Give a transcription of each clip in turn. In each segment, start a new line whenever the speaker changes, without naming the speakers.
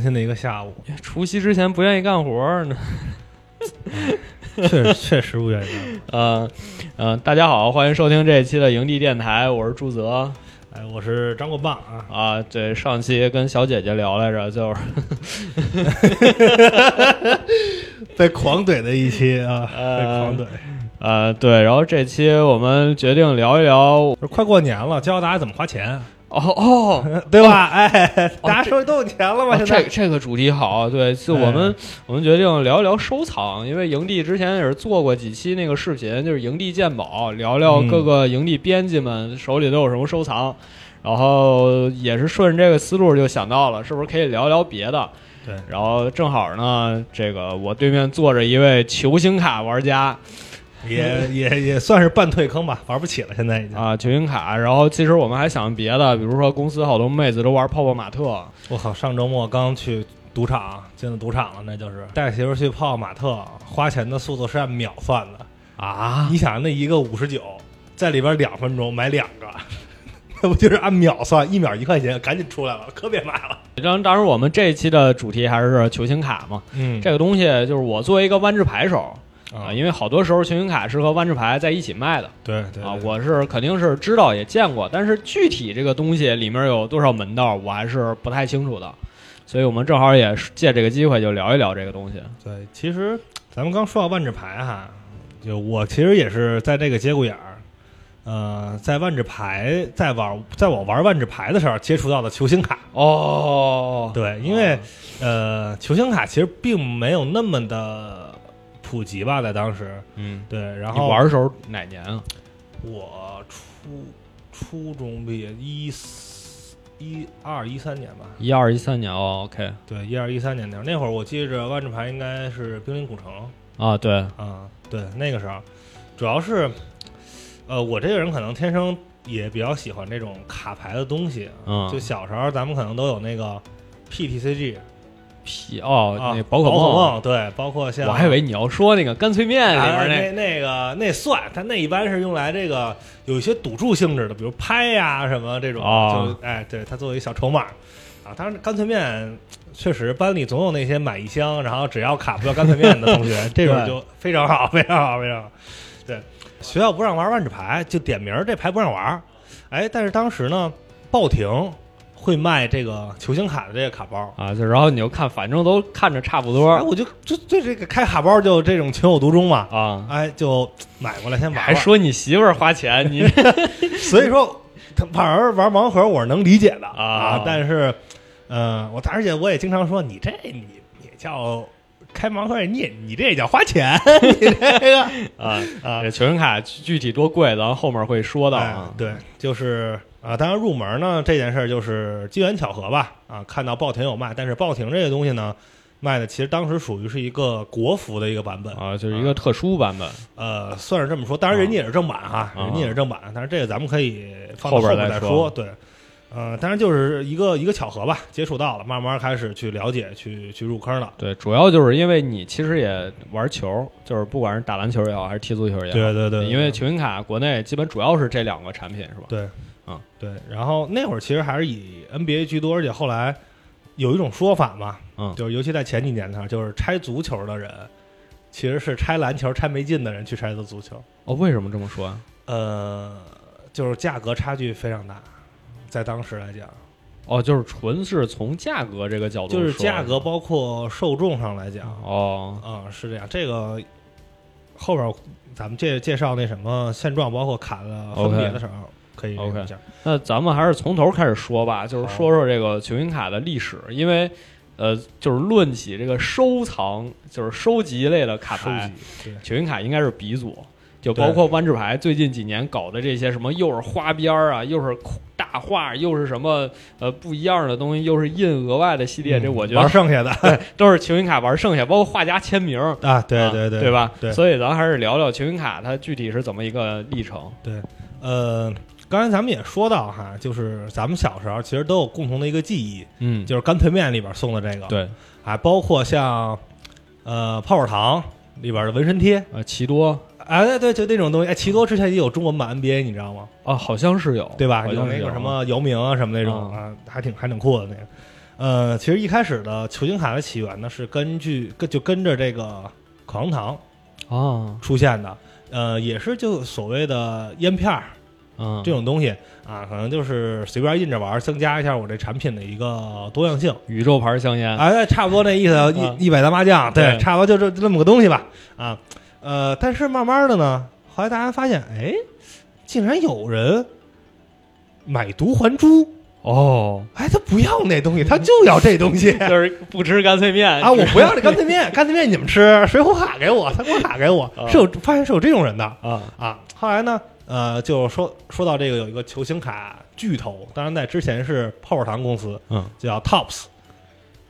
心的一个下午，
除夕之前不愿意干活儿呢。
确确实不愿意干。
呃，呃，大家好，欢迎收听这一期的营地电台，我是朱泽
哎，我是张国棒啊，
啊。对，上期跟小姐姐聊来着，就是
被狂怼的一期啊，
呃
被狂怼。
呃，对，然后这期我们决定聊一聊，哦
就是快过年了，教大家怎么花钱，
哦，
呃对吧？哎，大家手里都有钱了
啊
吗？现
这
在哎
个这个主题好，对，就我们、我们决定聊一聊收藏，因为营地之前也是做过几期那个视频，就是营地鉴宝，聊聊
嗯
各个营地编辑们手里都有什么收藏，然后也是顺着这个思路就想到了，是不是可以聊聊别的？
对
然后正好呢，这个我对面坐着一位球星卡玩家
也也也算是半退坑吧，玩不起了，现在已经。
啊，球星卡。然后其实我们还想别的，比如说公司好多妹子都玩泡泡玛特，
我靠，上周末刚去赌场，进了赌场了，那就是带媳妇去泡玛特，花钱的速度是按秒算的啊！你想，那一个五十九，在里边两分钟买两个， 那不就是按秒算，一秒一块钱，赶紧出来了，可别买了。
当当然我们这一期的主题还是球星卡嘛。
嗯
这个东西就是我作为一个弯智牌手啊，
啊，
因为好多时候球星卡是和弯智牌在一起卖的
对对
啊，
对
我是肯定是知道也见过，但是具体这个东西里面有多少门道，我还是不太清楚的。所以我们正好也是借这个机会就聊一聊这个东西。
对，其实咱们刚说到万智牌哈，就我其实也是在这个节骨眼儿，呃，在万智牌，在玩，在我玩万智牌的时候接触到的球星卡。
哦，
对，因为、呃，球星卡其实并没有那么的普及吧，在当时。
嗯，
对，然
你
后
玩的时候哪年啊？
我初初中毕业一四一二一三年吧，
一二一三年哦，OK
对，一二一三年那会儿，那会儿我记着万智牌应该是兵临古城
啊，对，
啊，对，那个时候主要是呃，我这个人可能天生也比较喜欢这种卡牌的东西，
嗯
就小时候咱们可能都有那个 PTCG。
P 哦，
啊，
那
宝
宝可梦，
梦对，包括像
我还以为你要说那个干脆面里
啊
面那
那那个那算，它那一般是用来这个有一些赌注性质的，比如拍呀、什么这种，
哦
就哎，对，它作为小筹码啊。当然，干脆面确实班里总有那些买一箱，然后只要卡不到干脆面的同 学，这种就非常好，非常好，非常好。对，学校不让玩万智牌，就点名儿这牌不让玩儿。哎，但是当时呢，报亭会卖这个球星卡的这个卡包。
啊，就然后你就看，反正都看着差不多
哎，我就就对这个开卡包就这种情有独钟嘛，
啊。
哎，就买过来先玩玩。
还说你媳妇儿花钱， 你这
所以说，他玩儿玩盲盒我是能理解的
啊
但是，呃，我而且我也经常说，你这你也叫开盲盒，你也你这也叫花钱， 你这 个
啊，
啊
这，球星卡具体多贵，咱后面会说到
哎
啊。
对，就是啊，当然入门呢这件事儿就是机缘巧合吧，啊，看到报亭有卖，但是报亭这个东西呢。卖的其实当时属于是一个国服的一个版本，
啊，就是一个特殊版本，
呃，算是这么说，当然人家也是正版哈，
啊
人家也是正版，但是这个咱们可以放到
后边
边再
再说
对，呃，当然就是一个一个巧合吧，接触到了，慢慢开始去了解，去去入坑了。
对，主要就是因为你其实也玩球，就是不管是打篮球也好，还是踢足球也好，
对对对，
因为球星卡国内基本主要是这两个产品是吧？
对，
嗯
对，然后那会儿其实还是以 NBA 居多，而且后来有一种说法嘛，
嗯
就是尤其在前几年的时候，就是拆足球的人其实是拆篮球拆没进的人去拆的足球，
哦，为什么这么说啊？
呃，就是价格差距非常大，在当时来讲。
哦，就是纯是从价格这个角度
就
说，
是价格包括受众上来讲，啊、
哦，
是这样。这个后边咱们介介绍那什么现状，包括卡的分别
OK
的时候可以
OK
一下。
那咱们还是从头开始说吧，就是
好
说说这个球星卡的历史，因为呃，就是论起这个收藏，就是收集类的卡
收，
牌
集对
球星卡应该是鼻祖，就
对
包括弯智牌最近几年搞的这些什么，又是花边儿啊，又是大画，又是什么呃不一样的东西，又是印额外的系列，这我觉
嗯玩
得
剩下的
都是球星卡玩剩下，包括画家签名儿，
啊， 对
啊
对对，
对？吧？
对
所以咱还是聊聊球星卡它具体是怎么一个历程。
呃，刚才咱们也说到哈，就是咱们小时候其实都有共同的一个记忆，
嗯，
就是干脆面里边送的这个，，
对，
啊，包括像呃泡泡糖里边的纹身贴，
呃，奇多
哎，对对，就那种东西。哎，奇多之前也有中文版 NBA，你知道吗？
啊，好像是有，
对吧？
好
有
像
那
是
个什
啊
么姚明啊什么那种
嗯
啊，还挺还挺酷的那个。呃，其实一开始的球星卡的起源呢，是根据跟就跟着这个口香糖
哦，
出现的，呃，也是就所谓的烟片儿
嗯，
这种东西啊，可能就是随便印着玩儿，增加一下我这产品的一个多样性。
宇宙牌香烟，
哎，差不多那意思，
嗯
一一百单麻将，对，
啊对
差不多就这就这么个东西吧。啊，呃，但是慢慢的呢，后来大家发现，哎，竟然有人买椟还珠，
哦，
哎，他不要那东西，他就要这东 西
就是不吃干脆面
啊！我不要这干脆面，干脆面你们吃，水浒卡给我，三国卡给我，
啊
是有发现是有这种人的
啊，
啊。后来呢，呃，就说说到这个有一个球星卡巨头，当然在之前是泡泡糖公司，
嗯，
叫 Tops。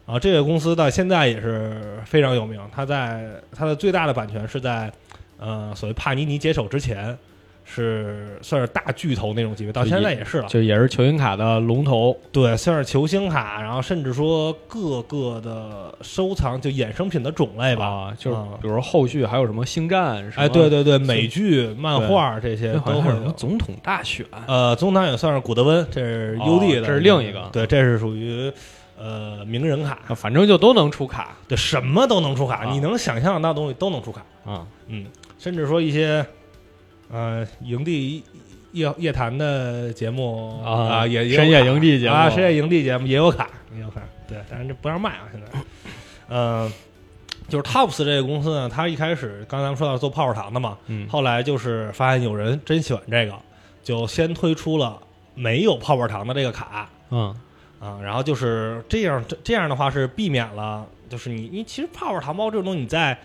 啊，这个公司到现在也是非常有名。它在它的最大的版权是在，呃，所谓帕尼尼接手之前，是算是大巨头那种级别，到现在也是了。
就也是球星卡的龙头，
对，算是球星卡，然后甚至说各个的收藏就衍生品的种类吧。
啊，就是
啊
比如后续还有什么星战，什么
哎，对，对对，美剧、漫画这些
那好
都
像
会
还有什么
有。
总统大选，
呃，中堂也算是古德温，这是
哦
UD 的，
这是另一个
对，这是属于呃名人卡，
啊反正就都能出卡
对，什么都能出卡，
啊
你能想象到的东西都能出卡。
啊，
嗯，甚至说一些呃营地夜夜谈的节目
啊
也也有
深夜
卡
营地节目嗯
啊，深夜营地节目也有卡，也有卡，对，但是这不让卖啊，现在，呃，就是 Tops 这个公司呢，它一开始刚才咱们说到做泡泡糖的嘛，
嗯，
后来就是发现有人真喜欢这个，就先推出了没有泡泡糖的这个卡，
嗯，
啊，然后就是这样，这这样的话是避免了，就是你你其实泡泡糖包这种东西，你在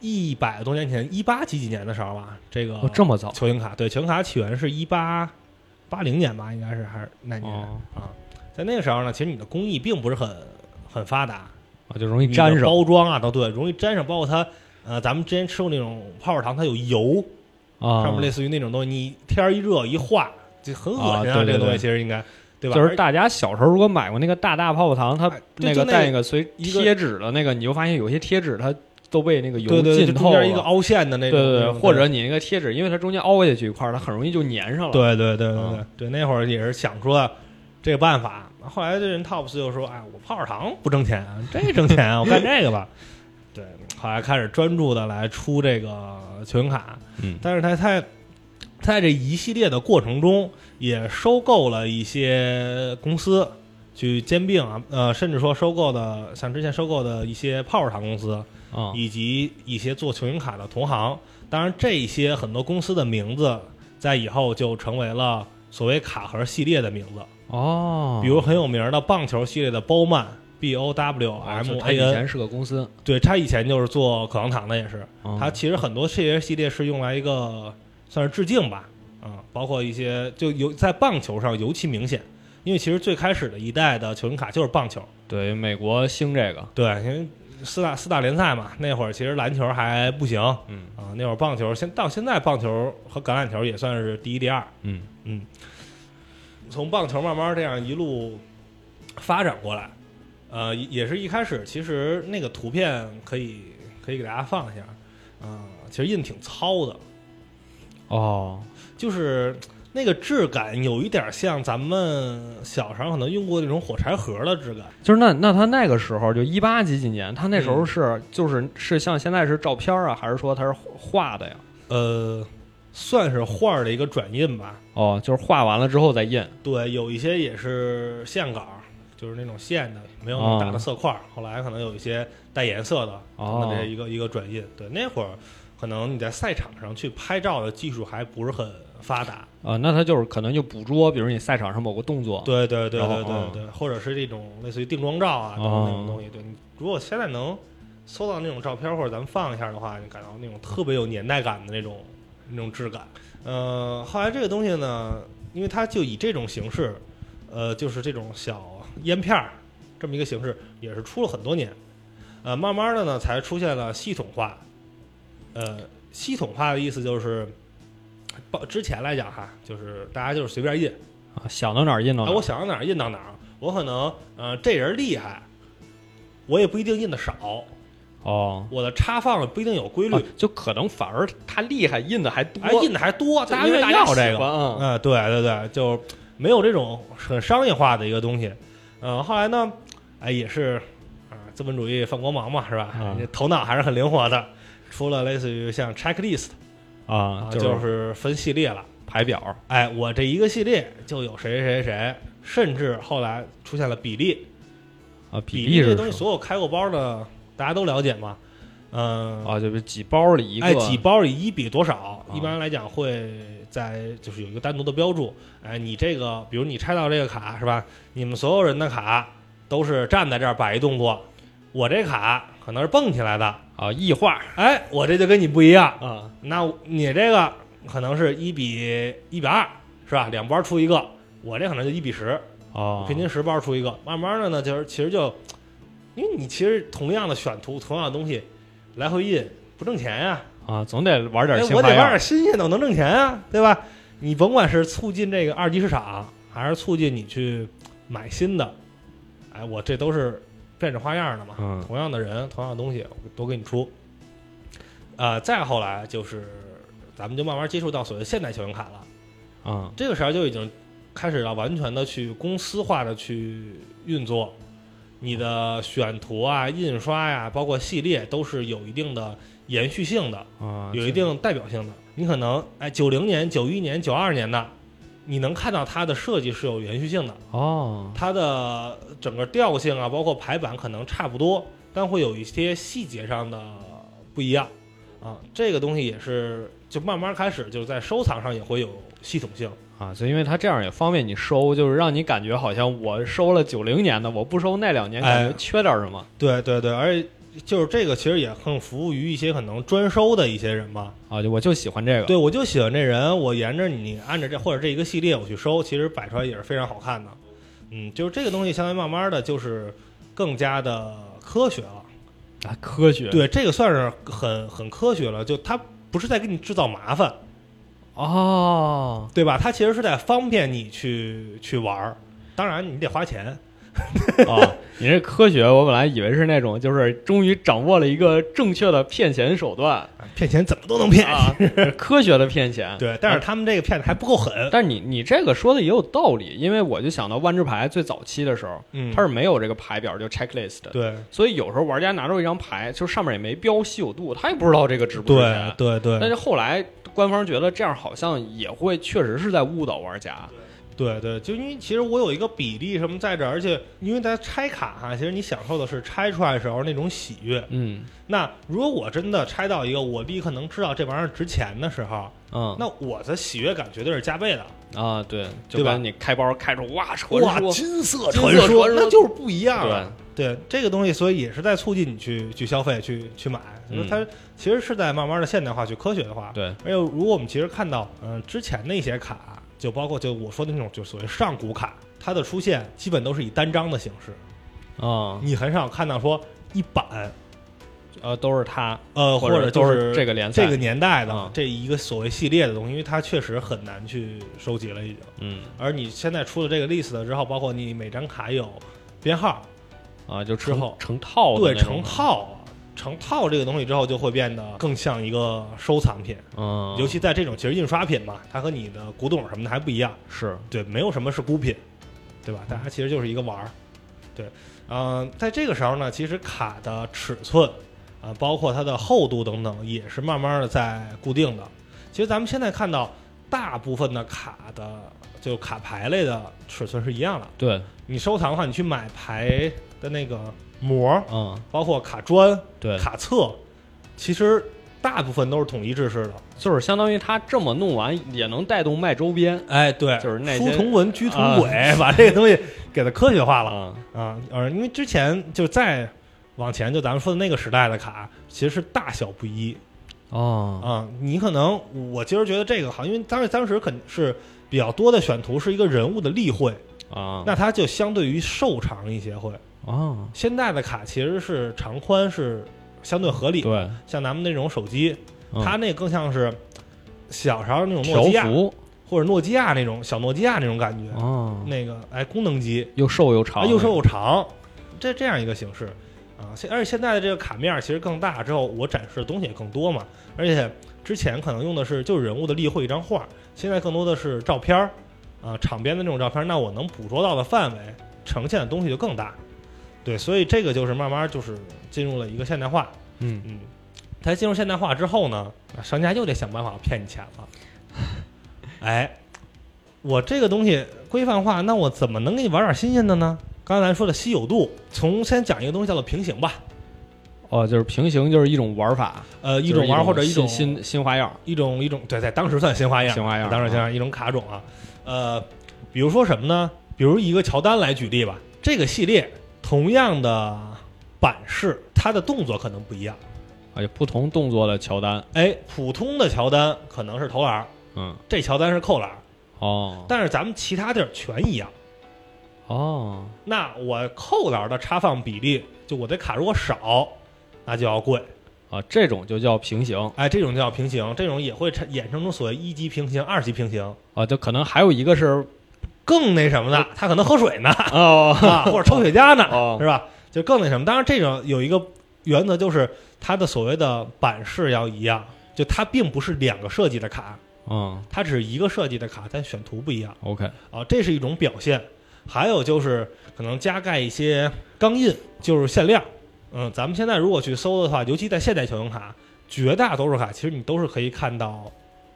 一百多年前，一八几几年的时候吧，这个
哦，这么早，
球星卡对球星卡起源是一八八零年吧，应该是还是哪年、
哦
啊？在那个时候呢，其实你的工艺并不是很很发达，
啊，就容易
你的
粘上，
包装啊都对，容易粘上，包括它。呃，咱们之前吃过那种泡泡糖，它有油，
啊，
上面类似于那种东西，你天儿一热一化，就很恶心
啊对
这
对
个东西
对
其实应该，对吧？
就
而
是大家小时候如果买过那个大大泡泡糖，它
哎对
那
就
个
那
带那个随
一个
贴纸的那个，你就发现有些贴纸它都被那个油
对对，对就
浸
中
透了。
间一个凹陷的那
对
种，那
对对，
种
或者你那个贴纸，因为它中间凹下去一块儿，它很容易就粘上了。，
对对对对对对
啊
对，那会儿也是想出了这个办法。后来这人 Tops 就说：“哎，我泡泡糖不挣钱，这挣钱，啊我干这个吧。” 对，后来开始专注的来出这个球星卡，
嗯
但是他在在这一系列的过程中，也收购了一些公司去兼并啊，呃，甚至说收购的像之前收购的一些泡泡糖公司，
啊，
以及一些做球星卡的同行。当然，这些很多公司的名字在以后就成为了所谓卡盒系列的名字，
哦，
比如很有名的棒球系列的包曼 B O W
啊
M
就它以
A N，
前是个公司，
对，他以前就是做口香糖的，也是。
啊
它其实很多系列系列是用来一个算是致敬吧，啊，包括一些就尤在棒球上尤其明显，因为其实最开始的一代的球星卡就是棒球，
对美国兴这个，
对，因为四大四大联赛嘛，那会儿其实篮球还不行，
嗯
啊，那会儿棒球，现到现在棒球和橄榄球也算是第一、第二。
嗯
从棒球慢慢这样一路发展过来，呃，也是一开始其实那个图片可以可以给大家放一下，啊、其实印挺糙的，
哦，
就是那个质感有一点像咱们小时候可能用过那种火柴盒的质感，
就是那那他那个时候就一八几几年，他那
嗯
时候是就是是像现在是照片啊，还是说他是画的呀？
呃，算是画儿的一个转印吧。
哦，就是画完了之后再印。
对，有一些也是线稿，就是那种线的，没有那么大的色块。后来可能有一些带颜色的，
哦
那一个一个转印。对，那会儿可能你在赛场上去拍照的技术还不是很发达。
啊，那他就是可能就捕捉，比如你赛场上某个动作，
对对对
然后
对对
嗯
对，或者是这种类似于定妆照啊等等那种东西。对，你如果现在能搜到那种照片，或者咱们放一下的话，你感到那种特别有年代感的那种那种质感。呃，后来这个东西呢，因为它就以这种形式，呃，就是这种小烟片儿这么一个形式，也是出了很多年。呃，慢慢的呢，才出现了系统化。呃，系统化的意思就是，包之前来讲哈，就是大家就是随便印，
啊，想到哪儿印到
哎，
哪儿。
我想到哪儿印到哪儿。我可能呃，这人厉害，我也不一定印的少，
哦，
我的插放不一定有规律
啊，就可能反而他厉害，印的还多，
哎，印的还多，
就
大家
因为
愿意
大家
要这
喜
个。
欢啊
嗯，对对对，就没有这种很商业化的一个东西。呃，后来呢，哎，也是啊、资本主义放光芒嘛，是吧？
嗯
你头脑还是很灵活的，出了类似于像 checklist
啊
啊，，
就
就是是分系列了。
排表
哎，我这一个系列就有谁谁谁，甚至后来出现了比例，
啊，
比
例
例这
是
东西，
什么
所有开过包的大家都了解嘛，嗯、
啊，就是几包里一个啊
哎，几包里一比多少？一般来讲会在就是有一个单独的标注。哎，你这个，比如你拆到这个卡是吧？你们所有人的卡都是站在这儿摆一动作，我这卡可能是蹦起来的。
啊，异化
哎，我这就跟你不一样。
啊
那你这个可能是一比一比二是吧？两包出一个，我这可能就一比十，
啊，
平均十包出一个。慢慢的呢，就是其实就因为你其实同样的选图，同样的东西来回印不挣钱呀、
啊，总得玩点
哎，
新
我得
花
玩
样
点新鲜的，我能挣钱啊，对吧？你甭管是促进这个二级市场，还是促进你去买新的，哎，我这都是变着花样的嘛。
嗯
同样的人，同样的东西，我都给你出。呃，再后来就是咱们就慢慢接触到所谓现代球员卡了，
啊
这个时候就已经开始了完全的去公司化的去运作，你的选图啊、印刷呀、包括系列都是有一定的延续性的。
啊，
有一定代表性的。你可能哎，九零年、九一年、九二年的，你能看到它的设计是有延续性的，
哦
它的整个调性啊，包括排版可能差不多，但会有一些细节上的不一样啊。这个东西也是就慢慢开始就是在收藏上也会有系统性。
啊，就因为它这样也方便你收，就是让你感觉好像我收了九零年的，我不收那两年感
哎
觉缺点什么
对对对，而且就是这个其实也更服务于一些可能专收的一些人吧。
啊，就我就喜欢这个
对，我就喜欢这人，我沿着你按着这或者这一个系列我去收，其实摆出来也是非常好看的。嗯，就是这个东西，相当于慢慢的就是更加的科学了。
啊，科学
对，这个算是很很科学了，就它不是在给你制造麻烦，
哦，
对吧？它其实是在方便你去去玩儿。当然，你得花钱。
啊，你这科学，我本来以为是那种，就是终于掌握了一个正确的骗钱手段
骗钱怎么都能骗，
啊，是科学的骗钱。
对。但是他们这个骗的还不够狠，
但是你你这个说的也有道理，因为我就想到万智牌最早期的时候，
嗯，
它是没有这个牌表，就 checklist 的，
对
所以有时候玩家拿着一张牌，就上面也没标稀有度，他也不知道这个值不值
对
钱。啊
对
但
对
是后来官方觉得这样好像也会确实是在误导玩家
对对，就因为其实我有一个比例什么在这儿，而且因为咱拆卡哈、其实你享受的是拆出来的时候那种喜悦，
嗯
那如果我真的拆到一个我立刻能知道这玩意儿值钱的时候，
嗯
那我的喜悦感绝对是加倍的。
啊对，就
对吧
跟你开包开出哇传
哇，
说
金色
金色
传
传说嗯
那就是不一样啊
对
了。对这个东西，所以也是在促进你去去消费、去去买。就是它其实是在慢慢的现代化、去科学化。
嗯对
而且如果我们其实看到，嗯、之前的一些卡，就包括就我说的那种，就所谓上古卡，它的出现基本都是以单张的形式，
啊
你很少看到说一版，
呃都是他
呃，
或
或
者
就
都
是
是这个联赛
这个年代的、
嗯
这一个所谓系列的东西，因为它确实很难去收集了已经。
嗯
而你现在出了这个 list 之后，包括你每张卡有编号，
啊，就
之
成
后
成套的
对，
那种
成套啊，成套这个东西之后就会变得更像一个收藏品，
嗯，
尤其在这种其实印刷品嘛，它和你的古董什么的还不一样，
是
对，没有什么是孤品，对吧？大家其实就是一个玩儿，对，嗯、在这个时候呢，其实卡的尺寸啊、包括它的厚度等等，也是慢慢的在固定的。其实咱们现在看到大部分的卡的就卡牌类的尺寸是一样的。
对
你收藏的话，你去买牌的那个膜，
嗯
包括卡砖、
对，
卡册，其实大部分都是统一制式的。
就是相当于他这么弄完也能带动卖周边
哎，对，
就是那
书
些
同文，居同轨，把这个东西给它科学化了
啊
啊。呃，因为之前就再往前，就咱们说的那个时代的卡，其实是大小不一
哦
啊。你可能我其实觉得这个好，因为当时当时肯定是比较多的选图是一个人物的例会，
啊
那它就相对于瘦长一些会。
哦
现在的卡其实是长宽是相对合理的，
对
像咱们那种手机，
嗯
它那更像是小时候那种诺基
条
亚
幅
或者诺基亚那种小诺基亚那种感觉，
哦，
那个哎功能机，
又瘦又
啊
长
又瘦又长，这这样一个形式啊。现而且现在的这个卡面儿其实更大之后，我展示的东西也更多嘛，而且之前可能用的是就是人物的例会一张画，现在更多的是照片儿啊，场边的那种照片儿，那我能捕捉到的范围呈现的东西就更大。对，所以这个就是慢慢就是进入了一个现代化。
嗯，
嗯，它进入现代化之后呢，商家又得想办法骗你钱 了。哎，我这个东西规范化，那我怎么能给你玩点新鲜的呢？刚才咱说的稀有度，从先讲一个东西叫做平行吧，
哦，就是平行就是一种玩法，
呃，一
就是
种玩或者一
新
种
新新花样，
一种一种对，在当时算新花样，
新花样
当时
啊
算一种卡种啊。呃，比如说什么呢？比如一个乔丹来举例吧，这个系列同样的版式，它的动作可能不一样。
啊，有不同动作的乔丹，
哎，普通的乔丹可能是投篮儿，
嗯，
这乔丹是扣篮儿，
哦
但是咱们其他地儿全一样。
哦，
那我扣篮儿的插放比例，就我的卡如果少，那就要贵。
啊，这种就叫平行
哎，这种叫平行，这种也会产衍生出所谓一级平行、二级平行。
啊，就可能还有一 个是
更那什么的，他可能喝水 呢，
哦
啊，或者抽雪茄呢，
哦
是吧？就更那什么。当然，这种有一个原则，就是它的所谓的版式要一样，就它并不是两个设计的卡，
嗯
它只是一个设计的卡，但选图不一样
，OK，
啊，这是一种表现。还有就是可能加盖一些钢印，就是限量。嗯，咱们现在如果去搜的话，尤其在现代球星卡，绝大多数卡其实你都是可以看到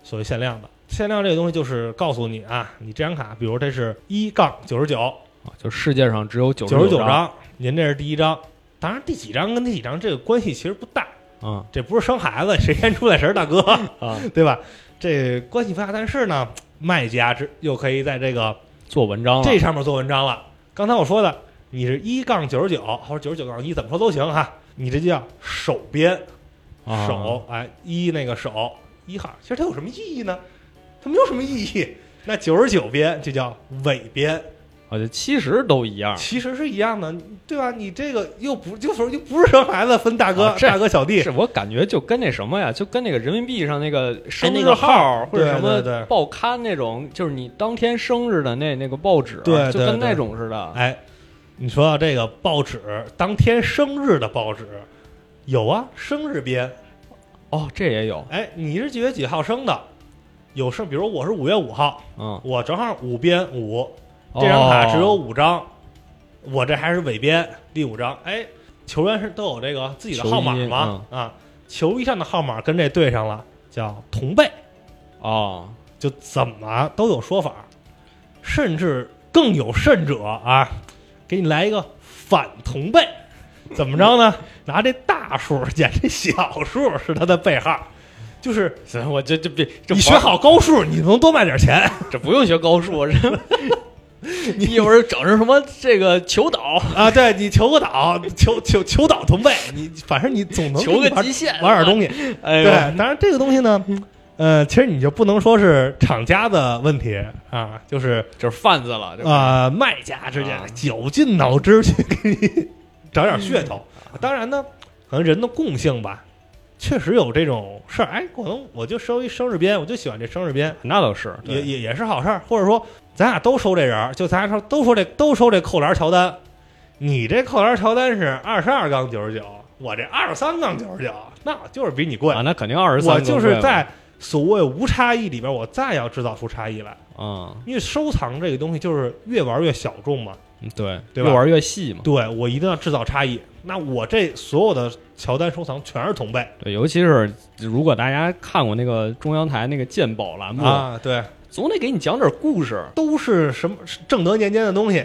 所谓限量的。限量这个东西就是告诉你啊，你这张卡，比如这是一杠九十九，
啊就世界上只有九
九十
九
九，张，您这是第一张。当然，第几张跟第几张这个关系其实不大，
嗯
这不是生孩子谁先出来谁是大 哥，
啊，
对吧？这关系不大。但是呢，卖家之又可以在这个
做文章了，
这上面做文章了。刚才我说的，你是一杠九十九或者九十九杠一，怎么说都行哈。你这就叫手编
啊
手，哎，一那个手一号，其实它有什么意义呢？它没有什么意义。那九十九编就叫尾编，
啊，就其实都一样，
其实是一样的，对吧？你这个又不就是又不是生孩子分大哥、
啊这
大哥小弟，
是我感觉就跟那什么呀，就跟那个人民币上那个生
那
日
个
号或者
对
什
对
么
对
报刊那种，就是你当天生日的那那个报纸，啊
对
就
对
跟
对
那种似的。
哎，你说到这个报纸，当天生日的报纸有啊，生日编。
哦，这也有，
哎，你是几月几号生的？有事，比如我是五月五号，
嗯，
我正好五编五，这张卡只有
哦
五张，我这还是尾编第五张。哎，球员是都有这个自己的
球
号码
衣嗯
嘛？啊，球衣上的号码跟这对上了，叫同辈。
哦，
就怎么都有说法，甚至更有甚者啊，给你来一个反同辈，怎么着 呢？拿这大数减这小数是他的背号，就是
行，我这这别
你
这不
学，好高数，你能多卖点 钱。
这不用学高数，这 你一会儿整成什么这个求导，
啊，对你求个岛，求求求岛同辈，你反正你总能
求个
玩
极限，
玩点东西。
西。哎
对
呦，，
当然这个东西呢，呃，其实你就不能说是厂家的问题啊，就是
就是贩子了，这不
呃卖家之间
啊
绞尽脑汁去给你找点噱头。
嗯
当然呢，可能人的共性吧，确实有这种事儿。哎，可能我就收一生日编，我就喜欢这生日编，
那倒是，对
也也也是好事儿。或者说，咱俩都收这人儿，就咱俩说都收这都收这扣篮乔丹，你这扣篮乔丹是二十二杠九十九，我这二十三杠九十九，那我就是比你贵
啊，。那肯定二十三，
我就是在所谓无差异里边，我再要制造出差异来。
嗯，
因为收藏这个东西就是越玩越小众嘛，
对，
对吧
越玩越细嘛。
对我一定要制造差异。那我这所有的乔丹收藏全是同辈
对，尤其是如果大家看过那个中央台那个鉴宝栏目，，
对，
总得给你讲点故事。
啊都是什么正德年间的东西，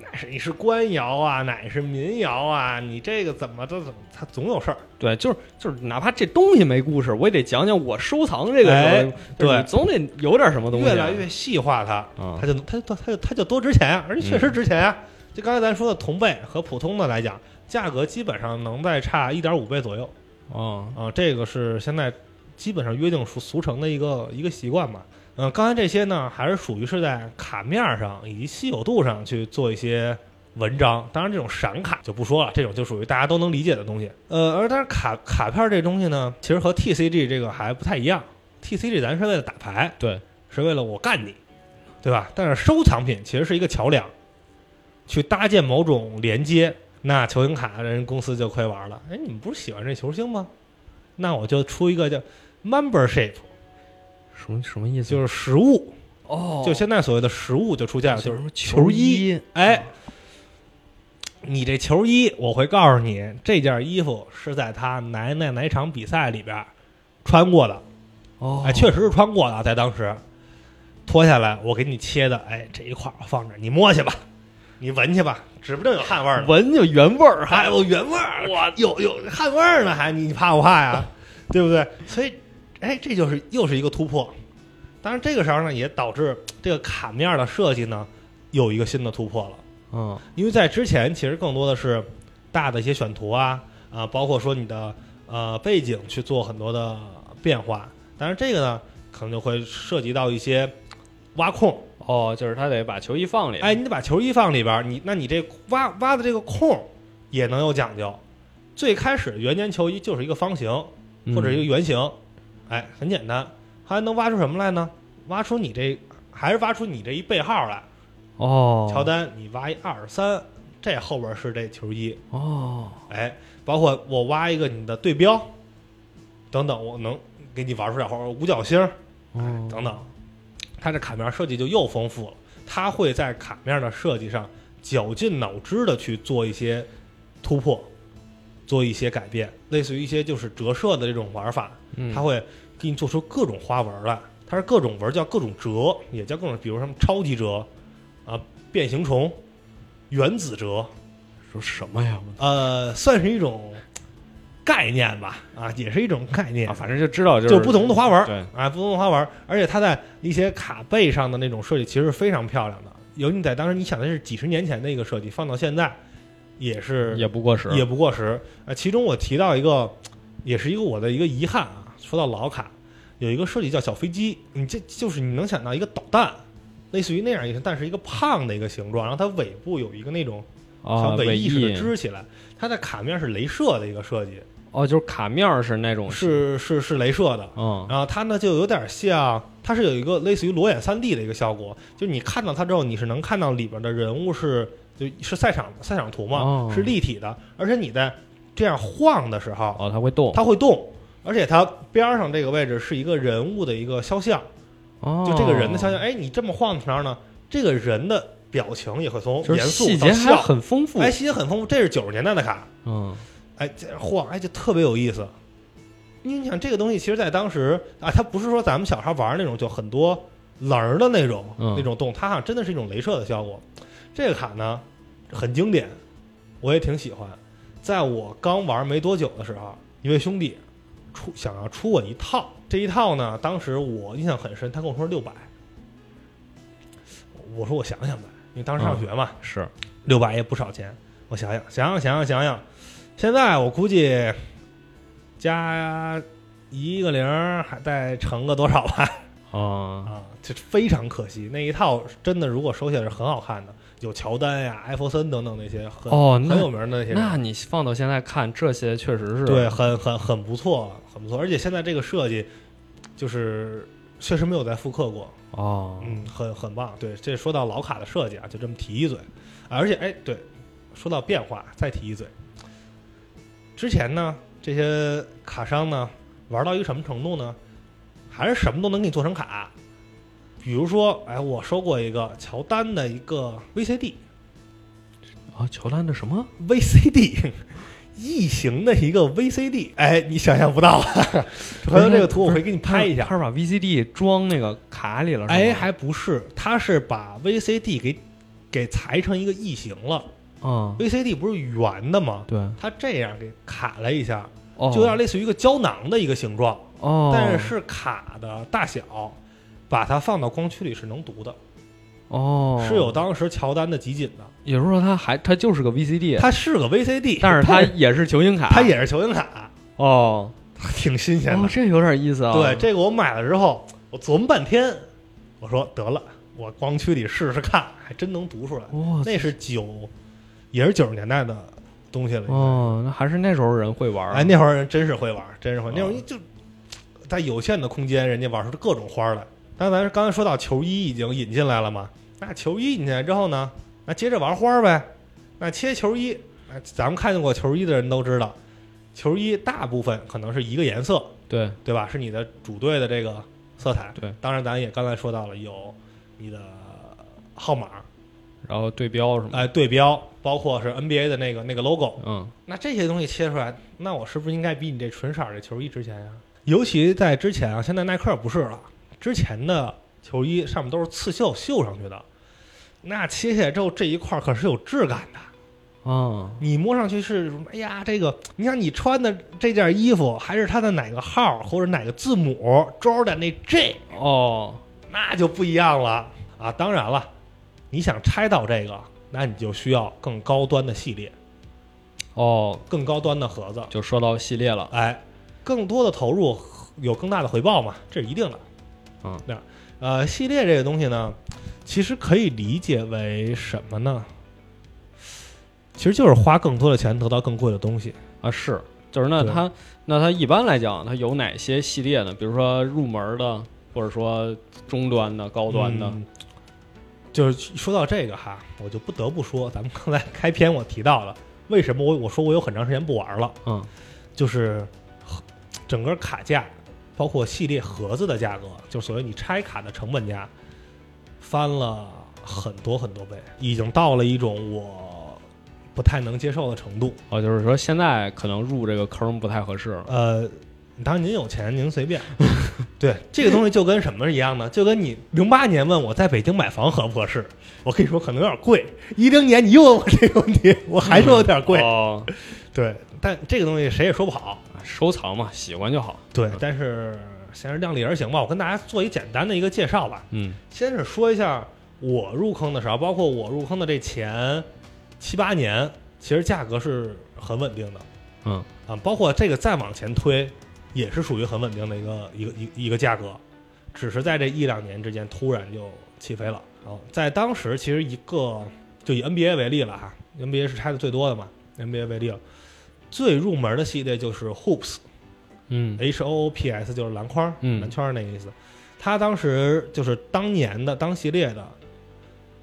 哪是你是官窑啊，哪是民窑啊，你这个怎么这怎么，它总有事儿。
对，就是就是，哪怕这东西没故事，我也得讲讲我收藏这个
哎
时候，就是
对
你总得有点什么东西
越
啊。
来越细化它，
啊嗯
它就它就它就它就多值钱啊，而且确实值钱啊。就刚才咱说的同辈和普通的来讲，价格基本上能再差一点五倍左右。
啊，
啊，这个是现在基本上约定俗俗成的一个一个习惯吧。嗯、刚才这些呢，还是属于是在卡面儿上以及稀有度上去做一些文章。当然，这种闪卡就不说了，这种就属于大家都能理解的东西。呃，而但是卡卡片儿这东西呢，其实和 TCG 这个还不太一样。TCG 咱是为了打牌，
对，
是为了我干你，对吧？但是收藏品其实是一个桥梁，去搭建某种连接。那球星卡人公司就亏玩了，哎，你们不是喜欢这球星吗？那我就出一个叫 membership，
什么什么意思？
就是实物，哦
哦，
就现在所谓的实物就出现了，
就
就是是
什么
球
衣
衣，哎，你这球衣，我会告诉你，这件衣服是在他奶奶哪场比赛里边穿过的，
哦
哎，确实是穿过的啊，在当时脱下来，我给你切的，哎，这一块儿我放着，你摸去吧，你闻去吧，指不定有汗味儿呢。
闻就原味儿，
哎，我原味儿，我有有汗味儿呢，还你怕不怕 呀？对不对？所以，哎，这就是又是一个突破。当然，这个时候呢，也导致这个卡面儿的设计呢有一个新的突破了。
嗯
因为在之前其实更多的是大的一些选图啊啊、包括说你的呃背景去做很多的变化，但是这个呢，可能就会涉及到一些挖空，
哦，就是他得把球衣放里，
哎，你得把球衣放里边儿，你那你这挖挖的这个空也能有讲究。最开始原年球衣就是一个方形
嗯，
或者一个圆形，哎，很简单，还能挖出什么来呢？挖出你这还是挖出你这一背号来，
哦，
乔丹，你挖一二三，这后边是这球衣，
哦，
哎，包括我挖一个你的对标，等等，我能给你玩出来，或者五角星儿
哦
等等，它这卡面设计就又丰富了。它会在卡面的设计上绞尽脑汁的去做一些突破，做一些改变，类似于一些就是折射的这种玩法，
嗯
它会给你做出各种花纹来。它是各种纹，叫各种折，也叫各种，比如什么超级折，啊，变形虫，原子折，
说什么呀？我
呃，算是一种概念吧，啊，也是一种概念，
啊，反正就知道就
就是不同的花纹，
对，
啊，不同的花纹，而且它在一些卡背上的那种设计其实是非常漂亮的。尤其你在当时，你想的是几十年前的一个设计，放到现在也是
也不过时，
也不过时。呃，其中我提到一个，也是一个我的一个遗憾啊。说到老卡，有一个设计叫小飞机，你这就是你能想到一个导弹，类似于那样一个，但是一个胖的一个形状，然后它尾部有一个那种
啊，
像
尾
尾翼似的支起来。它的卡面是镭射的一个设计，
哦，就是卡面儿是那种，
是是是镭射的。
嗯
然后它呢就有点像，它是有一个类似于裸眼三 D 的一个效果，就是你看到它之后，你是能看到里边的人物是就是赛场赛场图嘛，
哦
是立体的，而且你在这样晃的时候，
哦，它会动，
它会动。而且它边儿上这个位置是一个人物的一个肖像，
哦，
就这个人的肖像。哎，你这么晃的时候呢，这个人的表情也会从
就是
严肃
细
到
节还
笑，
很丰富，
哎，细节很丰富。这是九十年代的卡，
嗯，
哎，这样晃，哎，就特别有意思。因为你想，这个东西其实在当时啊，它不是说咱们小孩玩那种就很多棱儿的那种、
嗯
那种动，它好像真的是一种镭射的效果。这个卡呢很经典，我也挺喜欢。在我刚玩没多久的时候，一位兄弟出想要出我一套，这一套呢，当时我印象很深，他跟我说六百，我说我想想吧，因为当时上学嘛，
是，
六百也不少钱。我想想，想想，想想，想想，现在我估计加一个零儿，还再乘个多少吧？
啊，
啊，这非常可惜。那一套真的，如果收起来是很好看的，有乔丹呀、艾弗森等等那些很、
哦，
很
那
有名的那些人
那你放到现在看，这些确实是
对，，很很很不错，很不错。而且现在这个设计，就是确实没有再复刻过，
哦，
嗯，很很棒。对，这说到老卡的设计啊，就这么提一嘴。而且，哎，对，说到变化，再提一嘴。之前呢，这些卡商呢，玩到一个什么程度呢？还是什么都能给你做成卡。比如说，哎，我收过一个乔丹的一个 VCD，VCD
啊，乔丹的什么？
异形的一个 VCD，哎，你想象不到啊！回头这个图我会给你拍一下。
他是把 VCD 装那个卡里了，是吗
哎，还不是，它是把 VCD 给给裁成一个异形了。
嗯，
VCD 不是圆的吗？
对，
它这样给卡了一下，
哦，
就有点类似于一个胶囊的一个形状，
哦，
但是卡的大小，把它放到光驱里是能读的，
哦，
是有当时乔丹的集锦的。
也就是说，它还它就是个 VCD，
它是个 VCD，
但是它
它
也是球星卡，
它也是球星卡，
哦，
挺新鲜
哦
的。，
这有点意思啊。
对，这个我买了之后，我琢磨半天，我说得了，我光驱里试试看，还真能读出来。
哇
那是九，也是九十年代的东西了。应该
哦，那还是那时候人会玩儿。
哎，那会儿人真是会玩儿，真是会。
啊
那会儿就在有限的空间，人家玩出各种花儿来。但咱刚才说到球衣已经引进来了嘛，那球衣引进来之后呢，那接着玩花儿呗。那切球衣，那咱们看见过球衣的人都知道，球衣大部分可能是一个颜色，
对，
对吧？是你的主队的这个色彩。
对，
当然咱也刚才说到了有你的号码，
然后对标什么，
哎，对标，包括是 NBA 的那个那个 logo，
嗯，
那这些东西切出来，那我是不是应该比你这纯色儿的球衣值钱呀？尤其在之前啊，现在耐克不是了，之前的球衣上面都是刺绣绣上去的，那切下来之后这一块儿可是有质感的，
哦，
你摸上去是什么？哎呀，这个你看你穿的这件衣服，还是它的哪个号或者哪个字母，Jordan 那 J，
哦，
那就不一样了啊！当然了，你想拆到这个，那你就需要更高端的系列，
哦，
更高端的盒子，
就说到系列了，
哎，更多的投入有更大的回报嘛，这是一定的。
嗯，
那呃，系列这个东西呢，其实可以理解为什么呢？其实就是花更多的钱得到更贵的东西。
啊，是，就是那
对
它那它一般来讲，它有哪些系列呢？比如说入门的，或者说中端的、高端的，
嗯就是说到这个哈，我就不得不说，咱们刚才开篇我提到了，为什么我我说我有很长时间不玩了，
嗯，
就是和整个卡价，包括系列盒子的价格，就所谓你拆卡的成本价，翻了很多很多倍，已经到了一种我不太能接受的程度。
哦，就是说现在可能入这个坑不太合适了，
呃，当然您有钱您随便。对，这个东西就跟什么一样呢？就跟你零八年问我在北京买房合不合适，我跟你说可能有点贵。一零年你又问我这个问题，我还说有点贵。
哦，啊
对，但这个东西谁也说不好。
收藏嘛，喜欢就好，
对，但是先是量力而行吧。我跟大家做一简单的一个介绍吧。
嗯，
先是说一下我入坑的时候，包括我入坑的这前七八年，其实价格是很稳定的。
嗯
啊，包括这个再往前推，也是属于很稳定的一个一个一个一个价格，只是在这一两年之间突然就起飞了。啊，在当时其实一个就以 NBA 为例了哈，NBA 是拆的最多的嘛，NBA 为例了，最入门的系列就是 Hoops。
嗯
H O O P S 就是篮筐，
嗯
篮圈儿那个意思。它当时就是当年的当系列的，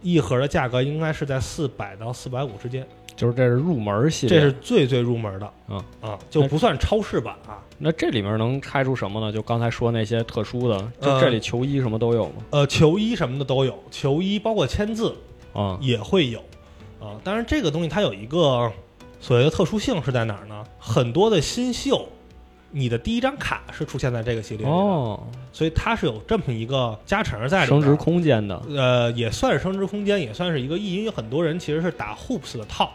一盒的价格应该是在四百到四百五之间，
就是这是入门系列，
这是最最入门的
嗯
啊，就不算超市版啊。
那这里面能拆出什么呢？就刚才说那些特殊的，就这里球衣什么都有吗？
呃，球衣什么的都有，球衣包括签字
啊、
也会有啊。当然，这个东西它有一个所谓的特殊性是在哪儿呢？很多的新秀，你的第一张卡是出现在这个系列里的，
哦，
所以它是有这么一个加成在里
升
边
值
儿。
空间的，
呃，也算是升值空间，也算是一个意义，因为很多人其实是打 hoops 的套，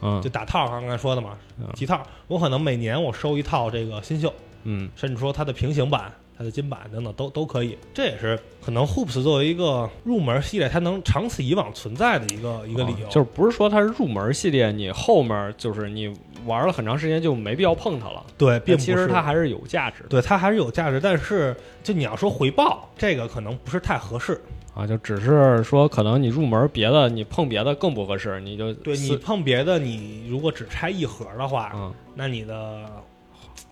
嗯
就打套，刚才说的嘛
嗯，
集套。我可能每年我收一套这个新秀，
嗯
甚至说它的平行版、它的金版等等都都可以。这也是可能 hoops 作为一个入门系列，它能长此以往存在的一个一个理由。
哦就是不是说它是入门系列，你后面就是你玩了很长时间就没必要碰它了。
对，并
但
不
其实
是
它还是有价值的
对它还是有价值，但是就你要说回报，这个可能不是太合适。
啊，就只是说可能你入门别的，你碰别的更不合适，你就
对
撕
你碰别的，你如果只拆一盒的话，
嗯
那你的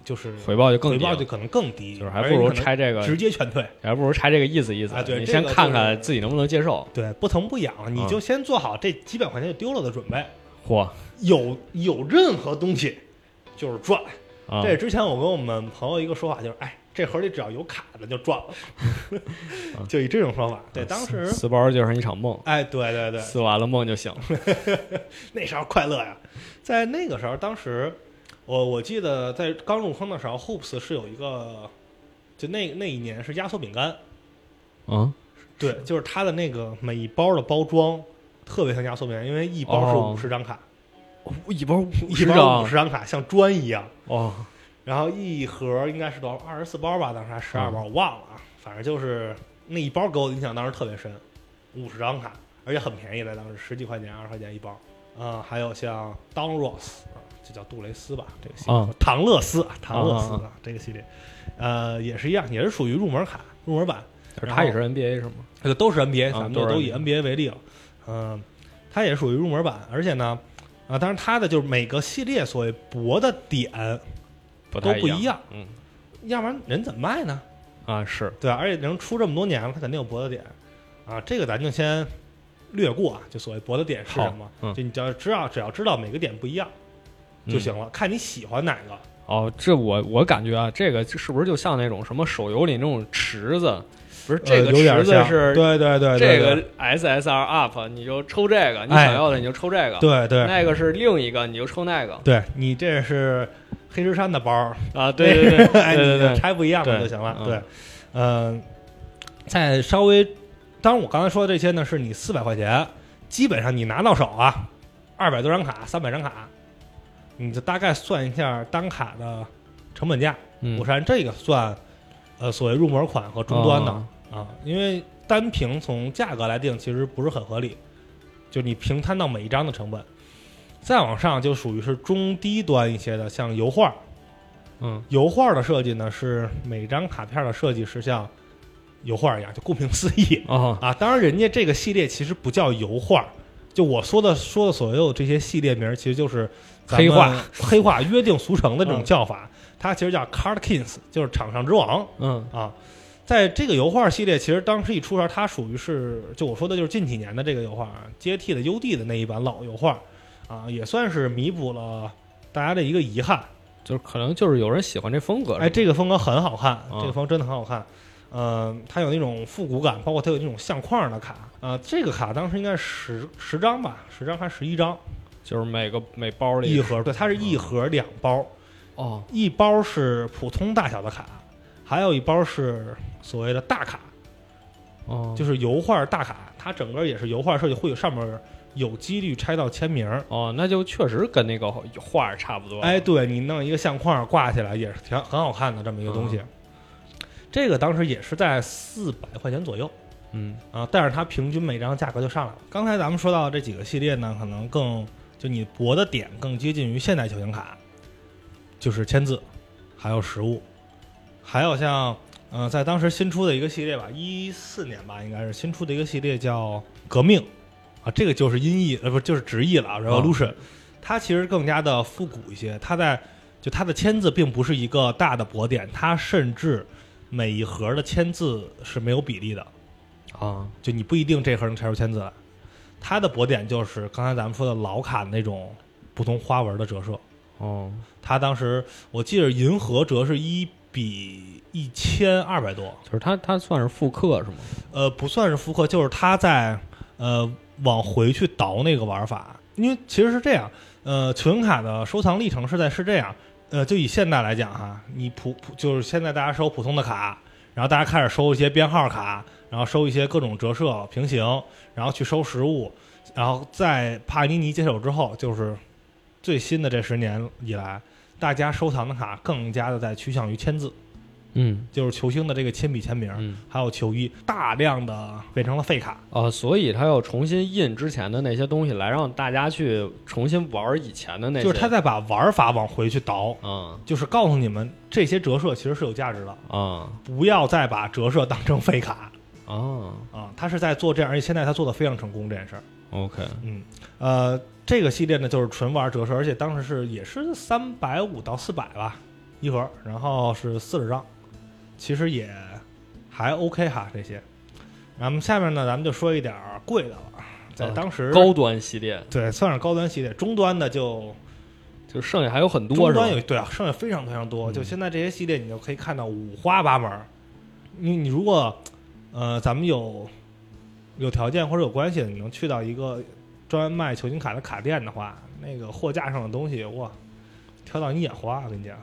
就是
回报就更
回
低
报
了，
就可能更低，
就是还
而
不如
你可能
拆这个，
直接全退。
还不如拆这个意思意思。
啊对
你
这
先
个
看
就
看
是
自己能不能接受。
对，不疼不痒，你
嗯
就先做好这几百块钱就丢了的准备。
嚯
有有任何东西就是赚。
啊！
这之前我跟我们朋友一个说法就是，哎，这盒里只要有卡的就赚了， 就以这种说法。对，当时
撕包就是一场梦，
哎，对对对，
撕完了梦就醒了。
那时候快乐呀，在那个时候，当时我我记得在刚入坑的时候，Hoops 是有一个，就那那一年是压缩饼干，
嗯，
对，就是它的那个每一包的包装特别像压缩饼干，因为一包是
哦啊
五十张卡，
一包五
一包五十张卡像砖一样，
哦，
然后一盒应该是多少二十四包吧，当时还十二包，我
嗯
忘了啊，反正就是那一包给我的印象当时特别深，五十张卡，而且很便宜的，当时十几块钱、二十块钱一包。啊、还有像 Don Ross，啊这叫杜蕾斯吧，这个系列，
啊
唐乐斯，唐乐斯
啊
啊，这个系列，呃，也是一样，也是属于入门卡、入门版，
就是它也是 NBA 是吗？
这个都是 NBA，
啊
咱们
都
就是都以
NBA
NBA 为例了。嗯、它也属于入门版，而且呢，啊，当然它的就是每个系列所谓博的点，
不太
都不一样，
嗯
要不然人怎么卖呢？
啊是
对吧、而且能出这么多年了，它肯定有博的点啊。这个咱就先略过啊，就所谓博的点是什么
好，嗯
就你只要知道，只要知道每个点不一样就行了，看你喜欢哪个。
哦，这我我感觉啊，这个是不是就像那种什么手游里那种池子？不是这
呃
个
有点
池子
像
是
对对对，对
这个 SSR up，你就抽这个，你
哎
想要的你就抽这个，
对对
那个是另一个，你就抽那个
对，你这是黑石山的包儿，
啊，对对对
哎，
对对
你
对，
拆不一样的
对
就行了。
嗯
对，嗯，再稍微，当然我刚才说的这些呢，是你四百块钱，基本上你拿到手啊，二百多张卡，三百张卡，你就大概算一下单卡的成本价，
嗯
我是按这个算，呃，所谓入门款和终端的、
哦
啊，因为单凭从价格来定，其实不是很合理，就你平摊到每一张的成本。再往上就属于是中低端一些的，像油画，
嗯
油画的设计呢是每张卡片的设计是像油画一样，就顾名思义
哦
啊。当然，人家这个系列其实不叫油画，就我说的说的所有这些系列名儿，其实就是咱们
黑化嗯
黑化约定俗成的这种叫法，它其实叫 Card Kings，就是场上之王
嗯
啊。在这个油画系列，其实当时一出时候，它属于是就我说的就是近几年的这个油画啊，接替了 UD 的那一版老油画啊，也算是弥补了大家的一个遗憾。
就是可能就是有人喜欢这风格，
哎，这个风格很好看，
嗯
这个风真的很好看。嗯、它有那种复古感，包括它有那种相框的卡。呃，这个卡当时应该十十张吧，十张还是十一张
就是每个每包里
一盒？对，它是一盒两包，
哦
一包是普通大小的卡，还有一包是所谓的大卡，
哦，
就是油画大卡。它整个也是油画设计，会有上面有几率拆到签名。
哦，那就确实跟那个画儿差不多。
哎，对你弄一个相框挂起来也是挺很好看的这么一个东西。这个当时也是在四百块钱左右。
嗯，
啊，但是它平均每张价格就上来了。刚才咱们说到这几个系列呢，可能更就你博的点更接近于现代球星卡，就是签字，还有实物，还有像嗯、呃在当时新出的一个系列吧，一四年吧，应该是新出的一个系列叫革命啊，这个就是音译呃不就是直译了啊，revolution，、它其实更加的复古一些，它在就它的签字并不是一个大的博点，它甚至每一盒的签字是没有比例的。
啊，
就你不一定这盒能拆出签字来。它的博点就是刚才咱们说的老卡那种不同花纹的折射。
哦，
它当时我记得银河折是一比一千二百多，
就是它它算是复刻是吗？
呃，不算是复刻，就是它在呃往回去倒那个玩法，因为其实是这样，呃，球星卡的收藏历程是在是这样，呃，就以现在来讲哈，你普普就是现在大家收普通的卡，然后大家开始收一些编号卡，然后收一些各种折射平行，然后去收实物，然后在帕尼尼接手之后，就是最新的这十年以来，大家收藏的卡更加的在趋向于签字，
嗯
就是球星的这个亲笔签名。
嗯，
还有球衣，大量的变成了废卡。
啊，所以它要重新印之前的那些东西，来让大家去重新玩儿以前的那些。
就是他在把玩法往回去倒，
嗯
就是告诉你们这些折射其实是有价值的，
啊
不要再把折射当成废卡
啊
啊！他是在做这样，而且现在他做的非常成功这件事儿。
，OK，
嗯，呃，这个系列呢就是纯玩折射，而且当时是也是三百五到四百吧一盒，然后是四十张，其实也还 OK 哈这些。咱们下面呢，咱们就说一点儿贵的了，在
啊
当时、
高端系列
对算是高端系列，中端的就
就剩下还有很多
终
是吧
端？有对啊，剩下非常非常多。
嗯
就现在这些系列，你就可以看到五花八门儿。你你如果呃，咱们有有条件或者有关系的，你能去到一个专卖球星卡的卡店的话，那个货架上的东西哇，挑到你眼花。啊我跟你讲，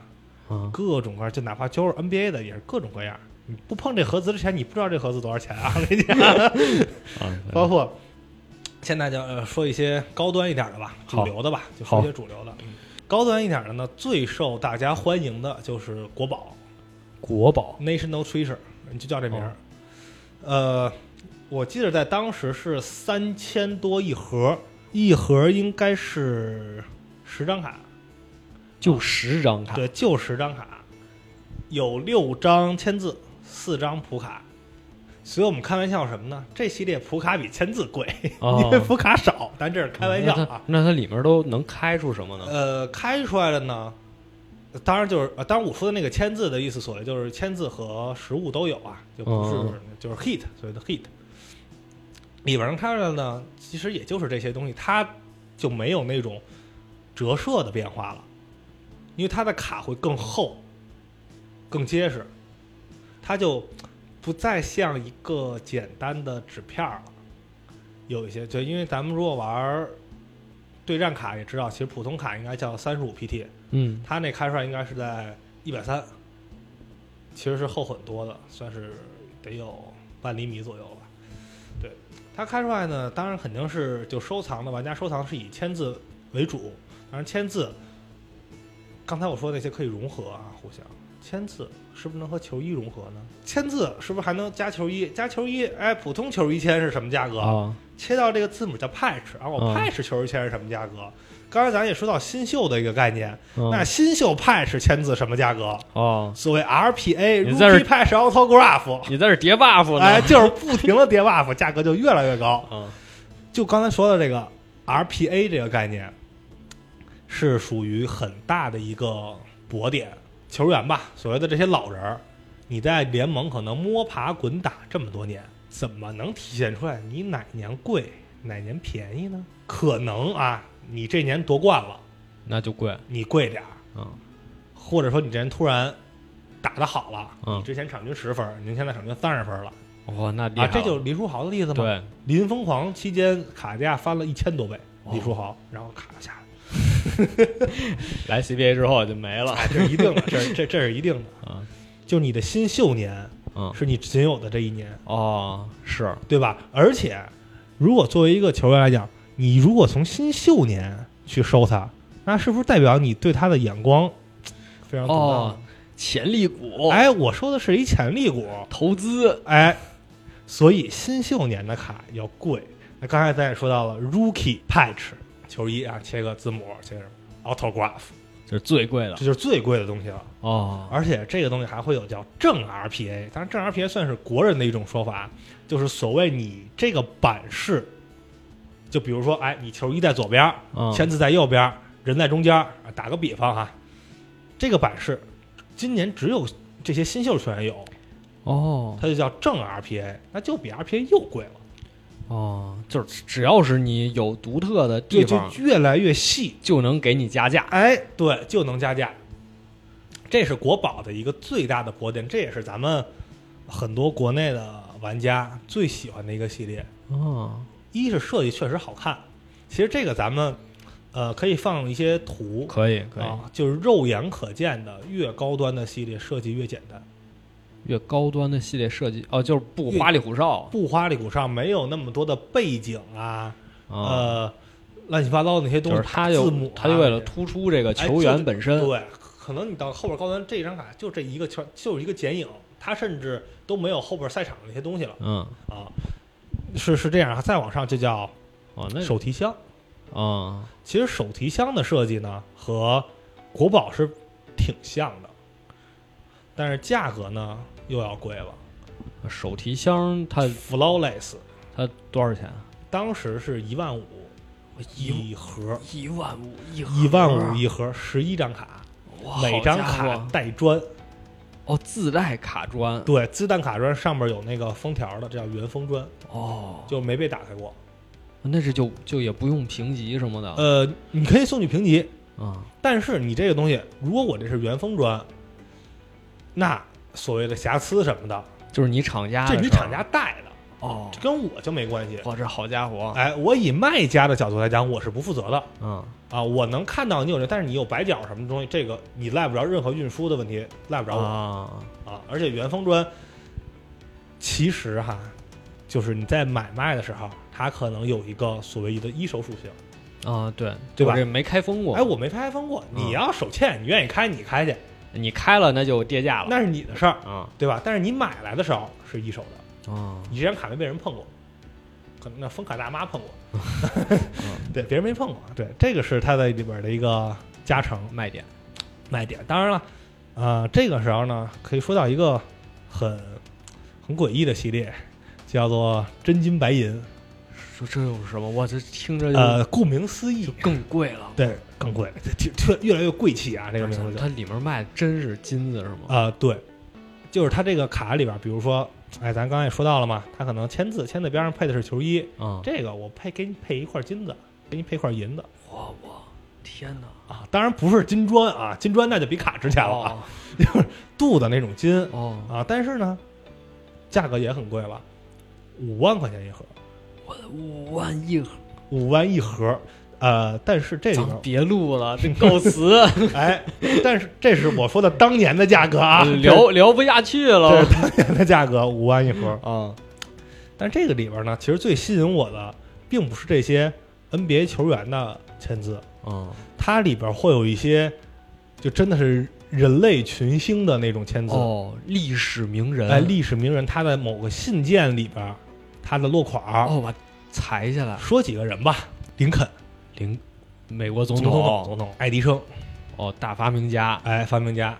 嗯
各种各样，就哪怕就是 NBA 的也是各种各样。你不碰这盒子之前，你不知道这盒子多少钱啊！我跟你讲，包
啊，
括现在就呃说一些高端一点的吧，主
好
流的吧，就说
好
一些主流的。嗯高端一点的呢，最受大家欢迎的就是国宝
国宝
（National Treasure），你就叫这名儿
哦。
呃，我记得在当时是三千多一盒，一盒应该是十张卡，
就十张卡，
对，就十张卡，有六张签字，四张普卡。所以我们开玩笑什么呢？这系列普卡比签字贵。 因为
哦，
福卡少，咱这是开玩笑
嗯那
啊
它。那它里面都能开出什么呢？
呃，开出来的呢，当然就是，呃当然我说的那个签字的意思，所谓就是签字和实物都有啊，就不是、
嗯
就是 hit 所谓的 hit。里边能看出来的呢，其实也就是这些东西，它就没有那种折射的变化了。因为它的卡会更厚、更结实，它就不再像一个简单的纸片儿了。有一些，就因为咱们如果玩对战卡也知道，其实普通卡应该叫三十五 PT，
嗯
它那开出来应该是在一百三，其实是厚很多的，算是得有半厘米左右吧。对，它开出来呢，当然肯定是就收藏的玩家收藏是以签字为主，当然签字，刚才我说那些可以融合啊，互相。签字是不是能和球衣融合呢？签字是不是还能加球衣？加球衣，哎，普通球衣签是什么价格？
啊
切到这个字母叫 patch，啊，我
嗯
patch 球衣签是什么价格？刚才咱也说到新秀的一个概念，
嗯
那新秀 patch 签字什么价格？
哦，
所谓 RPA
你在这
Rookie Patch Autograph，
你在这叠 buff 呢？
哎，就是不停的叠 buff，价格就越来越高。
嗯
就刚才说的这个 RPA 这个概念，是属于很大的一个薄点。球员吧，所谓的这些老人儿，你在联盟可能摸爬滚打这么多年，怎么能体现出来你哪年贵，哪年便宜呢？可能啊，你这年夺冠了，
那就贵
你贵点儿，
嗯
或者说你这人突然打得好了，
嗯
你之前场均十分儿，你现在场均三十分儿了
哇，那厉害
啊！
了
这就是林书豪的例子吗？
对，
林疯狂期间卡价翻了一千多倍，
哦
李书豪，然后卡下来，
来 CBA 之后就没了
哎，这是一定的，这是这这是一定的。
啊
就你的新秀年
嗯
是你仅有的这一年，
哦是
对吧？而且，如果作为一个球员来讲，你如果从新秀年去收他，那是不是代表你对他的眼光非常独到
哦
呢？
潜力股
哎，我说的是一潜力股，
投资
哎，所以新秀年的卡要贵。那刚才咱也说到了 Rookie Patch 球衣啊，切个字母，切什么 Autograph，
这是最贵的
这就是最贵的东西了。
哦
而且这个东西还会有叫正 RPA，当然正 RPA 算是国人的一种说法，就是所谓你这个版式，就比如说，哎，你球衣在左边，
嗯
签字在右边，人在中间儿。啊打个比方哈，这个版式今年只有这些新秀球员有，
哦
它就叫正 RPA，那就比 RPA 又贵了。
哦，就是只要是你有独特的地
对，就
方，
越来越细，
就能给你加价。
哎，对，就能加价。这是国宝的一个最大的薄点，这也是咱们很多国内的玩家最喜欢的一个系列。
哦，
一是设计确实好看，其实这个咱们呃可以放一些图，
可以可以，
啊，就是肉眼可见的，越高端的系列设计越简单，
越高端的系列设计哦，就是不花里胡哨
不花里胡哨，没有那么多的背景啊，
啊，
呃，乱七八糟的那些东
就
西，
是他
字
就
母啊哎
他就为了突出这个球员本身，
对，可能你到后边高端这一张卡就这一个圈，就是一个剪影，它甚至都没有后边赛场那些东西了
嗯，
啊。是是这样，再往上就叫
哦，那
手提箱。
啊，
其实手提箱的设计呢和国宝是挺像的，但是价格呢又要贵了。
手提箱它
Flawless
它多少钱？啊
当时是一万五一盒，
一万五一
一万五一盒，十一张卡，每张卡带砖。
哦，自带卡砖
对，自弹卡砖上面有那个封条的，这叫原封砖，
哦，
就没被打开过。
那是就就也不用评级什么的
呃，你可以送去评级，
啊，
但是你这个东西，如果我这是原封砖，那所谓的瑕疵什么的，
啊就是哦你厂家
这
的
是你
事儿
厂家带的，
哦，
这跟我就没关系。
哇，这好家伙，
哎，我以卖家的角度来讲，我是不负责的
嗯
啊。我能看到你有这，但是你有白角什么东西，这个你赖不着任何运输的问题，赖不着我啊
啊，
而且原封砖，其实哈，就是你在买卖的时候，它可能有一个所谓的一手属性。
啊，对
对吧
我这没开封过，
哎，我没开封过，
嗯
你要手欠，你愿意开你开去，
你开了那就跌价了。
那是你的事儿，
啊
对吧？但是你买来的时候是一手的，
啊
你这张卡没被人碰过，可能那风卡大妈碰过， 对，别人没碰过。啊对，这个是它的里边的一个加成
卖点
卖点。当然了，呃，这个时候呢，可以说到一个很很诡异的系列，叫做真金白银。
说这有什么？我这听着就、
呃，顾名思义
就，更贵了。
对，更贵，这越来越贵气啊，这个名字就。
它里面卖真是金子是吗？
啊、对，就是它这个卡里边儿，比如说，哎，咱刚才也说到了嘛，它可能签字，签字边上配的是球衣，
啊，
这个我配给你配一块金子，给你配一块银子，
我我天哪！
啊，当然不是金砖啊，金砖那就比卡值钱了啊，
哦
就是镀的那种金
哦，
啊，但是呢，价格也很贵了，五万块钱一盒，
我的五万一盒，
五万一盒，呃，但是这里
咱
边
们别录了，这 够词，
哎，但是这是我说的当年的价格啊，
聊聊不下去
这这
了
是当年的价格，五万一盒。
啊！
但这个里边呢，其实最吸引我的，并不是这些 NBA 球员的签字，
嗯，
它里边会有一些，就真的是人类群星的那种签字，
哦，历史名人，
哎，历史名人他的某个信件里边，他的落款儿，
哦，我裁下来，
说几个人吧，林肯、
零，美国总
总
统，
统、总统、爱迪生，
哦，大发明家，
哎，发明家，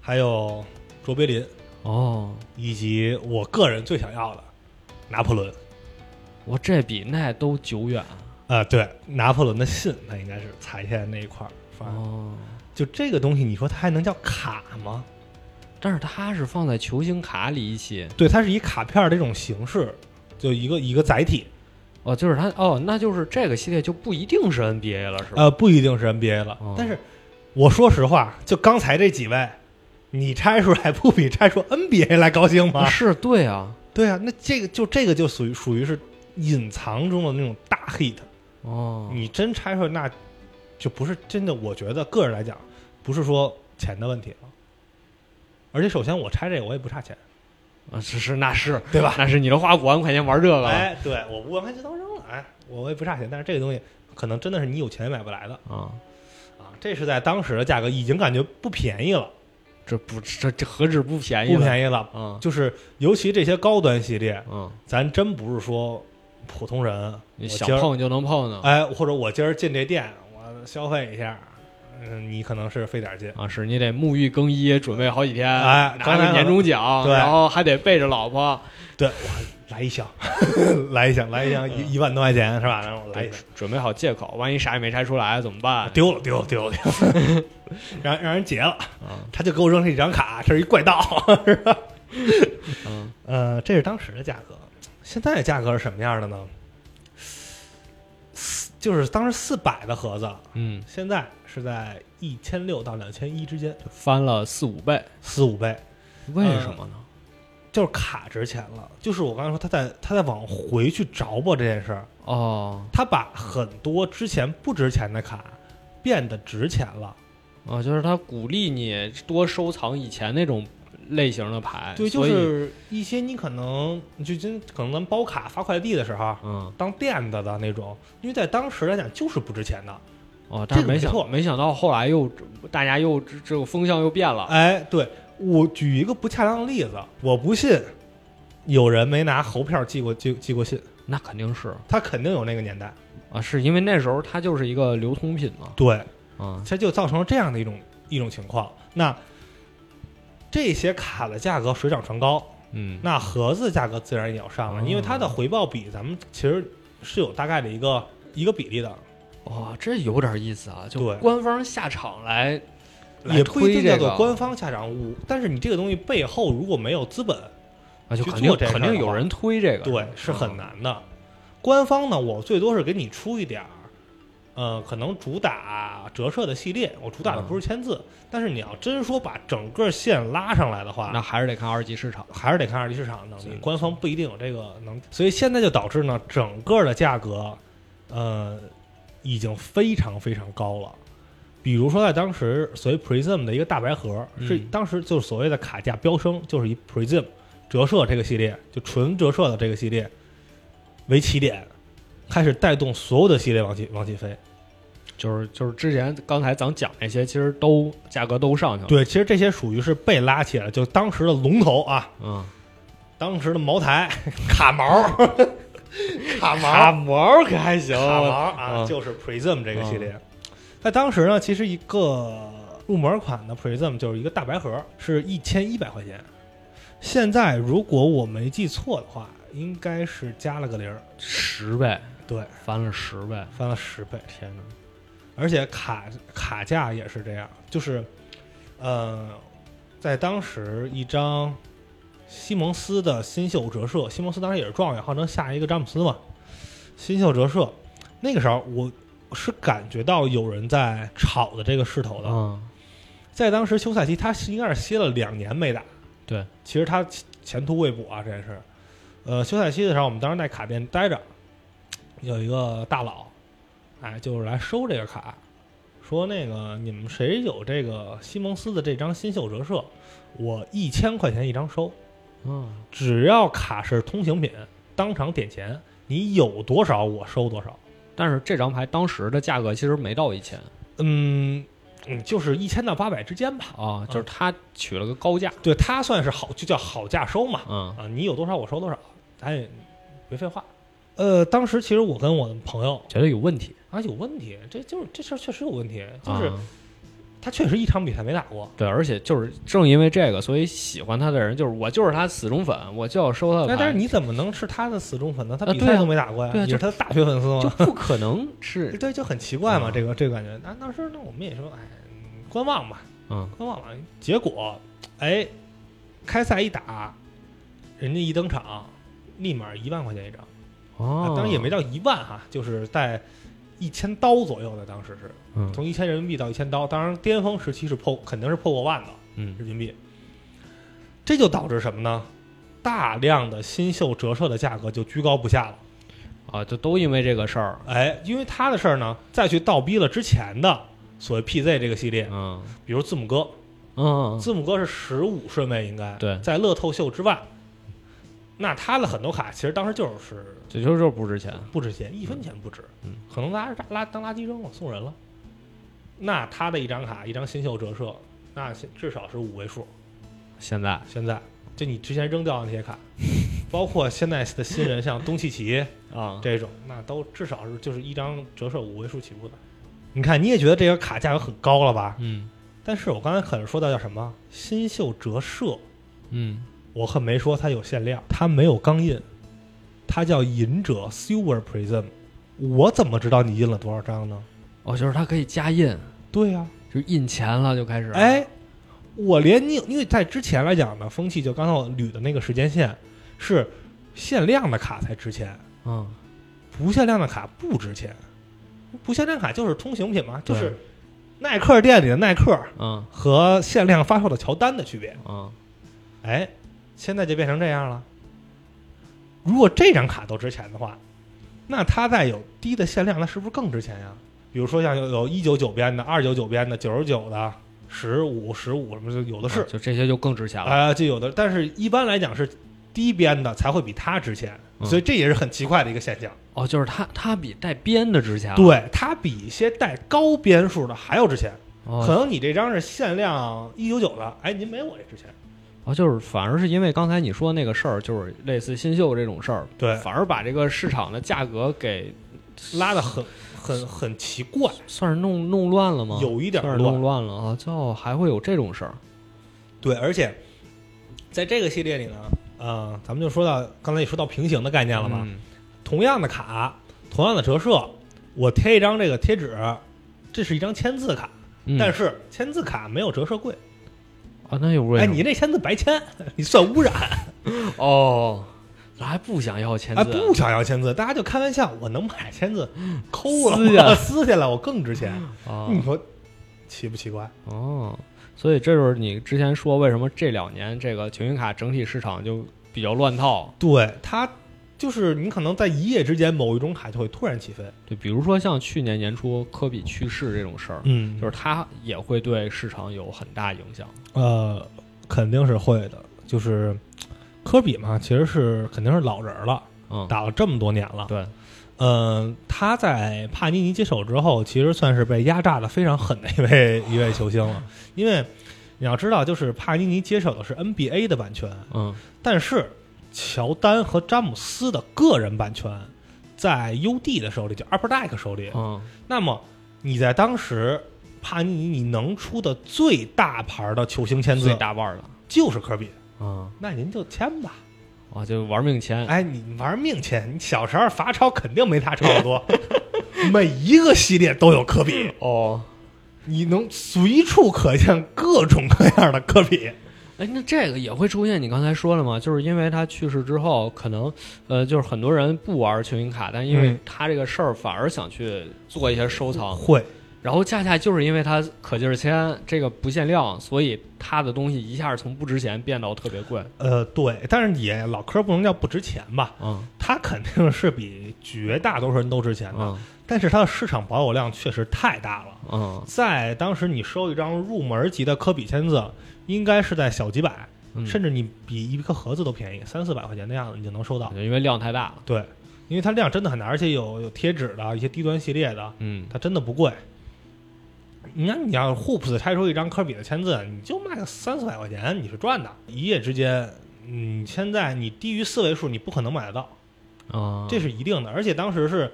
还有卓别林，
哦，
以及我个人最想要的拿破仑。
我这比那都久远啊
啊，对，拿破仑的信，那应该是裁下来那一块儿放。
哦，
就这个东西，你说它还能叫卡吗？
但是它是放在球星卡里一起，
对，它是以卡片儿这种形式，就一个一个载体。
哦，就是它，哦，那就是这个系列就不一定是 NBA 了，是吧？
呃，不一定是 NBA 了，
哦
但是我说实话，就刚才这几位，你拆出来不比拆出 NBA 来高兴吗？
是对啊，
对啊，那这个就这个就属于属于是隐藏中的那种大 hit，
哦，
你真拆出来，那就不是真的。我觉得个人来讲，不是说钱的问题了。而且首先我拆这个我也不差钱，
啊是是那是
对吧？
那是你都花五万块钱玩这个了，
哎，对我五万块钱都扔了，哎，我也不差钱。但是这个东西可能真的是你有钱也买不来的
啊，
啊，这是在当时的价格已经感觉不便宜了，
这不这这何止不便宜
不
了，
便宜了。
啊，
就是尤其这些高端系列，
嗯，
咱真不是说普通人，我
你想
今儿
碰就能碰呢，
哎，或者我今儿进这店，我消费一下，嗯，你可能是费点劲。
啊，是你得沐浴更衣，准备好几天，
哎
拿
刚才
个年终奖，
对
然后还得背着老婆，
对，我来一箱， 来一箱，来一箱，一一万多块钱是吧？然后我来一箱，
准备好借口，万一啥也没拆出来怎么办？
丢了，丢了，丢了，丢了 让让人劫了
啊，
他就给我扔了一张卡，这是一怪盗， 是吧？
嗯，
呃，这是当时的价格，现在价格是什么样的呢？四就是当时四百的盒子，
嗯，
现在是在一千六到两千一之间，
翻了四五倍，
四五倍，
为什么呢？
就是卡值钱了。就是我刚才说，他在他在往回去着吧这件事儿，
哦，
他把很多之前不值钱的卡变得值钱了。
哦，就是他鼓励你多收藏以前那种类型的牌，
对，就
哎所以
是一些你可能就真可能咱包卡发快递的时候。啊
嗯，
当垫子的那种，因为在当时来讲就是不值钱的。
哦，但是
这个
没
没
想
错
没想到后来又大家又这这个风向又变了，
哎，对我举一个不恰当的例子，我不信有人没拿猴票寄过寄寄过信，
那肯定是
他肯定有那个年代。
啊，是因为那时候它就是一个流通品嘛，
对，
啊，
它就造成了这样的一种一种情况。那这些卡的价格水涨船高，
嗯，
那盒子价格自然也要上了，
哦
因为它的回报比咱们其实是有大概的一个一个比例的，
哦，这有点意思啊，就
对
官方下场来来
也不一定
推这
叫
个
做官方下涨物。但是你这个东西背后如果没有资本，
啊，就
去
肯定
做这事儿
肯定
的
有
话
人推这个，嗯
对，是很难的。官方呢，我最多是给你出一点儿，呃，可能主打折射的系列，我主打的
嗯
不是签字。但是你要真说把整个线拉上来的话，
那还是得看二级市场。
还是得看二级市场的能
是
力，官方不一定有这个能力，所以现在就导致呢，整个的价格，呃，已经非常非常高了。比如说，在当时，所谓 Prism 的一个大白盒
嗯
是当时就是所谓的卡价飙升，就是以 Prism 折射这个系列，就纯折射的这个系列为起点，开始带动所有的系列往起往起飞。
就是就是之前刚才咱讲那些，其实都价格都上去了。，
对，其实这些属于是被拉起来的，就当时的龙头啊，
嗯，
当时的茅台 卡毛，卡毛，
毛可还行
卡毛啊
嗯，
就是 Prism 这个系列。在嗯当时呢，其实一个入门款的 Prism 就是一个大白盒，是一千一百块钱。现在如果我没记错的话，应该是加了个零儿，
十倍，
对，
翻了十倍，
翻了十倍。
天哪！
而且卡卡价也是这样，就是，呃，在当时一张西蒙斯的新秀折射，西蒙斯当时也是状元，号称下一个詹姆斯嘛。新秀折射，那个时候我是感觉到有人在炒的这个势头的。
嗯，
在当时休赛期，他是应该是歇了两年没打。
对，
其实他前前途未卜啊，这也是。呃，休赛期的时候，我们当时在卡店待着，有一个大佬，哎，就是来收这个卡，说那个你们谁有这个西蒙斯的这张新秀折射，我一千块钱一张收，
嗯，
只要卡是通行品，当场点钱，你有多少我收多少。
但是这张牌当时的价格其实没到一千
嗯嗯，就是一千到八百之间吧。
啊，就是他取了个高价，
对，它算是好，就叫好价收嘛。
嗯
啊，你有多少我收多少，咱也别废话。呃，当时其实我跟我的朋友
觉得有问题，
啊有问题，这就是这事儿确实有问题，就
啊
是他确实一场比赛没打过。
对，而且就是正因为这个，所以喜欢他的人就是我，就是他死忠粉，我就要收他的
那
牌，
哎但是你怎么能是他的死忠粉呢？他
啊
比
对
赛
啊
都没打过呀，
对啊
你
就是
他的大学粉丝
就
吗？
不可 能是，
对，就很啊奇怪嘛，
嗯
这个这个感觉。那当时那我们也说，哎，嗯观望吧，
嗯
观望吧。结果，哎，开赛一打，人家一登场，立马一万块钱一张。啊，
哦，
当然也没到一万哈，就是在一千刀左右的，当时是
嗯
从一千人民币到一千刀，当然巅峰时期是破，肯定是破过万的
嗯
人民币。这就导致什么呢？大量的新秀折射的价格就居高不下了。
啊，就都因为这个事儿，
哎，因为他的事儿呢，再去倒逼了之前的所谓 PZ 这个系列，
嗯
比如字母哥，
嗯，
字母哥是十五顺位应该
对
在乐透秀之外，那他的很多卡其实当时就是
这就是不值钱，
不值钱，一分钱不值，
嗯
可能拉拉当垃圾扔了，送人了。那他的一张卡，一张新秀折射，那现至少是五位数。
现在
现在就你之前扔掉的那些 卡，包括现在的新人，像东契 奇
啊，
这种，那都至少是就是一张折射五位数起步的。你看，你也觉得这个卡价格很高了吧？
嗯
但是我刚才可能说到叫什么新秀折射，
嗯
我恨没说它有限量，它没有钢印，它叫银者 Silver Prism。我怎么知道你印了多少张呢？
哦，就是他可以加印，
对呀、
就印钱了就开始，
哎，我连你，因为在之前来讲呢，风气就刚才我捋的那个时间线是限量的卡才值钱，
嗯，
不限量的卡不值钱。不限量卡就是通行品嘛，就
对
是耐克店里的耐克
嗯
和限量发售的乔丹的区别。
嗯
哎，现在就变成这样了。如果这张卡都值钱的话，那它再有低的限量，那是不是更值钱呀？比如说像有有一九九边的、二九九边的、九十九的、十五、十五什么的，有的是
啊就这些就更值钱了，
啊、就有的。但是一般来讲是低边的才会比它值钱，
嗯
所以这也是很奇怪的一个现象。
哦，就是他他比带边的值钱了，
对，它比一些带高边数的还要值钱。
哦，
可能你这张是限量一九九的，哎，您没我这值钱。
哦，就是反而是因为刚才你说那个事儿，就是类似新秀这种事儿，
对
反而把这个市场的价格给
拉的很很很奇怪。
算是弄弄乱了吗？
有一点
算是
乱
弄乱了啊！就还会有这种事儿，
对，而且在这个系列里呢，呃，咱们就说到刚才也说到平行的概念了嘛，
嗯
同样的卡，同样的折射，我贴一张这个贴纸，这是一张签字卡，
嗯
但是签字卡没有折射柜，
啊，那又为
哎，
什么
你这签字白签，你算污染，
哦，那还不想要签字？
哎，不想要签字，大家就开玩笑，我能买签 字，抠了，
撕呀
撕下来我更值钱，
啊
你说奇哎不奇怪？
哦，所以这就是你之前说为什么这两年这个球星卡整体市场就比较乱套。
对，它就是你可能在一夜之间某一种卡就会突然起飞，
就比如说像去年年初科比去世这种事儿，
嗯
就是它也会对市场有很大影响。
呃，肯定是会的。就是科比嘛，其实是肯定是老人了，
嗯，
打了这么多年了。
对，
嗯、他在帕尼尼接手之后，其实算是被压榨的非常狠的一位一位球星 了。因为你要知道，就是帕尼尼接手的是 NBA 的版权，
嗯，
但是乔丹和詹姆斯的个人版权在 UD 的手里，就 Upper Deck 手里。
嗯，
那么你在当时帕尼尼你能出的最大牌的球星签字
最大腕儿了，
就是科比。
嗯，
那您就签吧。
啊，就玩命签，
哎，你玩命签，你小时候罚抄肯定没他抄的 多，每一个系列都有科
嗯
比，
哦，
你能随处可见各种各样的科比。
哎，那这个也会出现你刚才说了嘛，就是因为他去世之后，可能呃，就是很多人不玩球星卡，但因为
嗯
他这个事儿，反而想去做一些收藏。
会，
然后恰恰就是因为它可劲儿签这个不限量，所以它的东西一下从不值钱变到特别贵。
呃，对，但是也老科不能叫不值钱吧，
嗯
它肯定是比绝大多数人都值钱的，
嗯
但是它的市场保有量确实太大了。
嗯
在当时，你收一张入门级的科比签字，应该是在小几百，
嗯，
甚至你比一个盒子都便宜，三四百块钱的样子，你就能收到。
因为量太大了。
对，因为它量真的很大，而且有有贴纸的一些低端系列的，
嗯，
它真的不贵。你看，你要 Hoops 拆出一张科比的签字，你就卖个三四百块钱，你是赚的。一夜之间，你现在你低于四位数，你不可能买得到，
啊，
这是一定的。而且当时是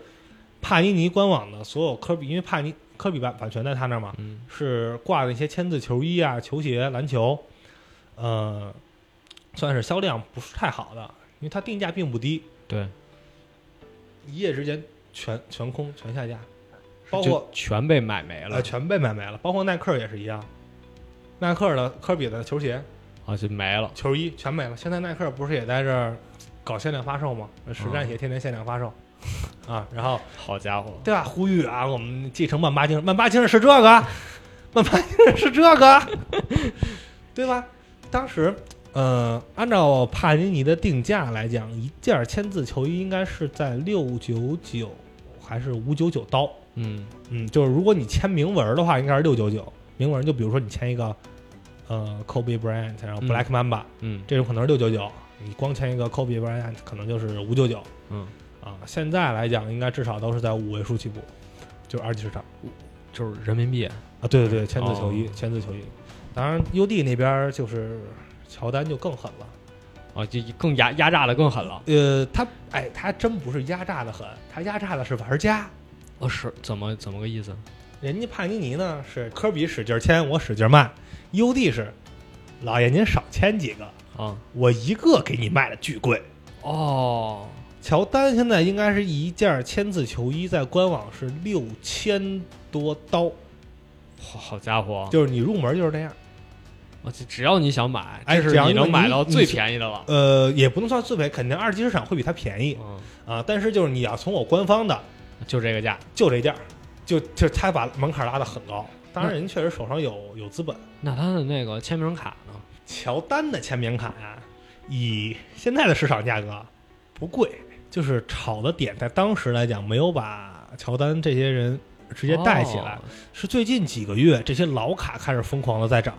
帕尼尼官网的所有科比，因为帕尼科比版版权在他那儿嘛，
嗯
是挂的一些签字球衣啊、球鞋、篮球，呃，算是销量不是太好的，因为它定价并不低，
对，
一夜之间全全空全下架，包括
就全被买没
呃
了
全被买没了，包括耐克也是一样，耐克的科比的球鞋、
啊，就没了。
球衣全没了。现在耐克不是也在这儿搞限量发售吗？呃实战鞋天天限量发售。啊，然后
好家伙，
对吧？呼吁啊，我们继承曼巴精神，曼巴精神是这个， 曼巴精神是这个， 对吧？当时，呃，按照帕尼尼的定价来讲，一件签字球衣应该是在六九九还是五九九刀？
嗯
嗯，就是如果你签铭文的话，应该是六九九。铭文就比如说你签一个，呃，Kobe Bryant，然后
嗯
Black Mamba，、
嗯
这种可能是六九九。你光签一个 Kobe Bryant，可能就是五九九
嗯，
啊。现在来讲，应该至少都是在五位数起步，就是二级市场
就是人民币。
啊。对对对，签字球衣，签字球衣。当然，UD 那边就是乔丹就更狠了。
啊，就更压压榨的更狠了。
呃，他哎，他真不是压榨的狠，他压榨的是玩家。
哦，是怎么怎么个意思？
人家帕尼尼呢是科比使劲签，我使劲卖；UD 是老爷您少签几个，
啊，
我一个给你卖的巨贵。
哦，
乔丹现在应该是一件签字球衣，在官网是六千多刀，
好好家伙，
就是你入门就是这样。
啊就只要你想买，
哎
这是
只要
你能
你
买到
你
最
是
便宜的了。
呃，也不能算最便宜，肯定二级市场会比它便宜
嗯，
啊。但是就是你要从我官方的
就这个价。
就这件儿，就就他把门槛拉得很高。当然，人确实手上有有资本。
那他的那个签名卡呢？
乔丹的签名卡呀、以现在的市场价格不贵，就是炒的点在当时来讲没有把乔丹这些人直接带起来，
哦
是最近几个月这些老卡开始疯狂的在涨，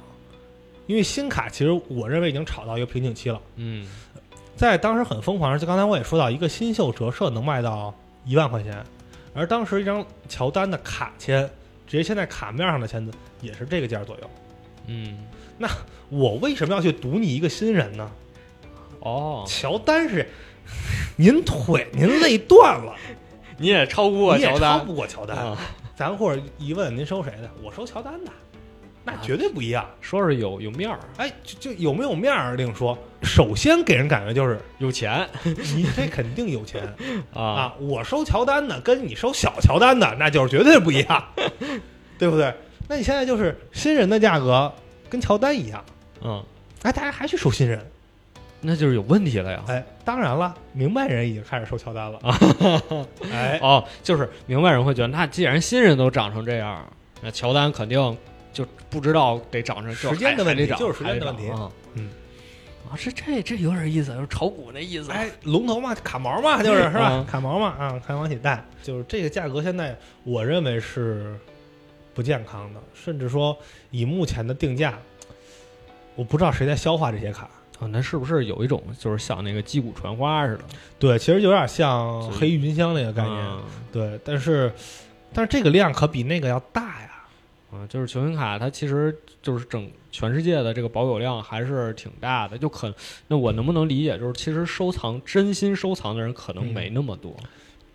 因为新卡其实我认为已经炒到一个瓶颈期了，
嗯，
在当时很疯狂，就刚才我也说到，一个新秀折射能卖到一万块钱，而当时一张乔丹的卡签，直接现在卡面上的签字也是这个价左右。
嗯，
我为什么要去赌你一个新人呢？
哦，
乔丹是，您腿您累断了，
你也超不过
你也
乔
超
丹
不过乔丹。
啊，
咱或者一问您收谁的，我收乔丹的，那
啊
绝对不一样。
说是有有面儿，
哎，就就有没有面儿另说。首先给人感觉就是
有钱
你这肯定有钱
啊，
啊，我收乔丹的跟你收小乔丹的，那就是绝对不一 样，对不对？那你现在就是新人的价格跟乔丹一样，
嗯，
哎，大家还去收新人。
那就是有问题了呀。
哎，当然了，明白人已经开始收乔丹了。
啊
哎，
哦，就是明白人会觉得，那既然新人都长成这样，那乔丹肯定就不知道得长成
时间的问题
就
就是时间的问题嗯
嗯，啊，这这这有点意思，就是炒股那意思。
哎，龙头嘛，卡毛嘛，就是是吧
嗯？
卡毛嘛啊，卡毛起带，就是这个价格现在我认为是不健康的，甚至说以目前的定价，我不知道谁在消化这些卡。
啊，那是不是有一种就是像那个击鼓传花似的
对，其实有点像
所以
黑云箱那个概念，
嗯
对，但是但是这个量可比那个要大呀。
啊，就是球星卡，它其实就是整全世界的这个保有量还是挺大的，就可那我能不能理解，就是其实收藏真心收藏的人可能
嗯
没那么多，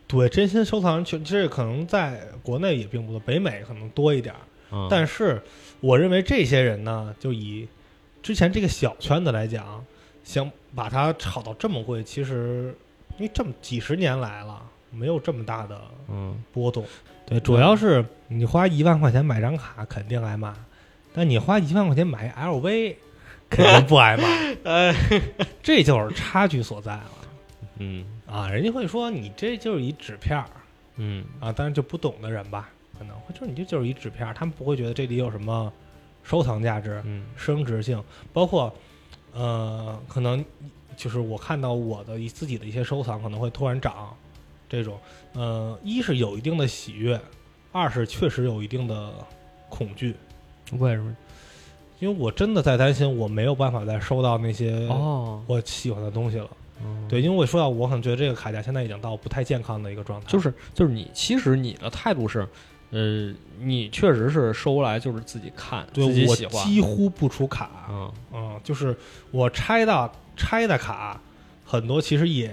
对，真心收藏确，这可能在国内也并不多，北美可能多一点儿。
嗯
但是我认为这些人呢，就以之前这个小圈子来讲，想把它炒到这么贵，其实因为这么几十年来了，没有这么大的
嗯，
波动。对，主要是 你花一万块钱买张卡肯定挨骂，但你花一万块钱买 LV，肯定不 挨骂，哎
呃，
这就是差距所在了
嗯
啊！人家会说你这就是一纸片儿
嗯
啊，当然就不懂的人吧，可能会说你这就是一纸片儿，他们不会觉得这里有什么收藏价值、
嗯
升值性，包括呃，可能就是我看到我的一自己的一些收藏可能会突然涨，这种，呃，一是有一定的喜悦，二是确实有一定的恐惧，
为什么？
因为我真的在担心我没有办法再收到那些
哦，
我喜欢的东西了。
嗯
呃对，因为我说到我可能觉得这个铠甲现在已经到不太健康的一个状态，
就是就是你，其实你的态度是，呃，你确实是收来就是自己看，
对
自己
我
喜欢，
几乎不出卡，
嗯
嗯，就是我拆的拆的卡很多其实也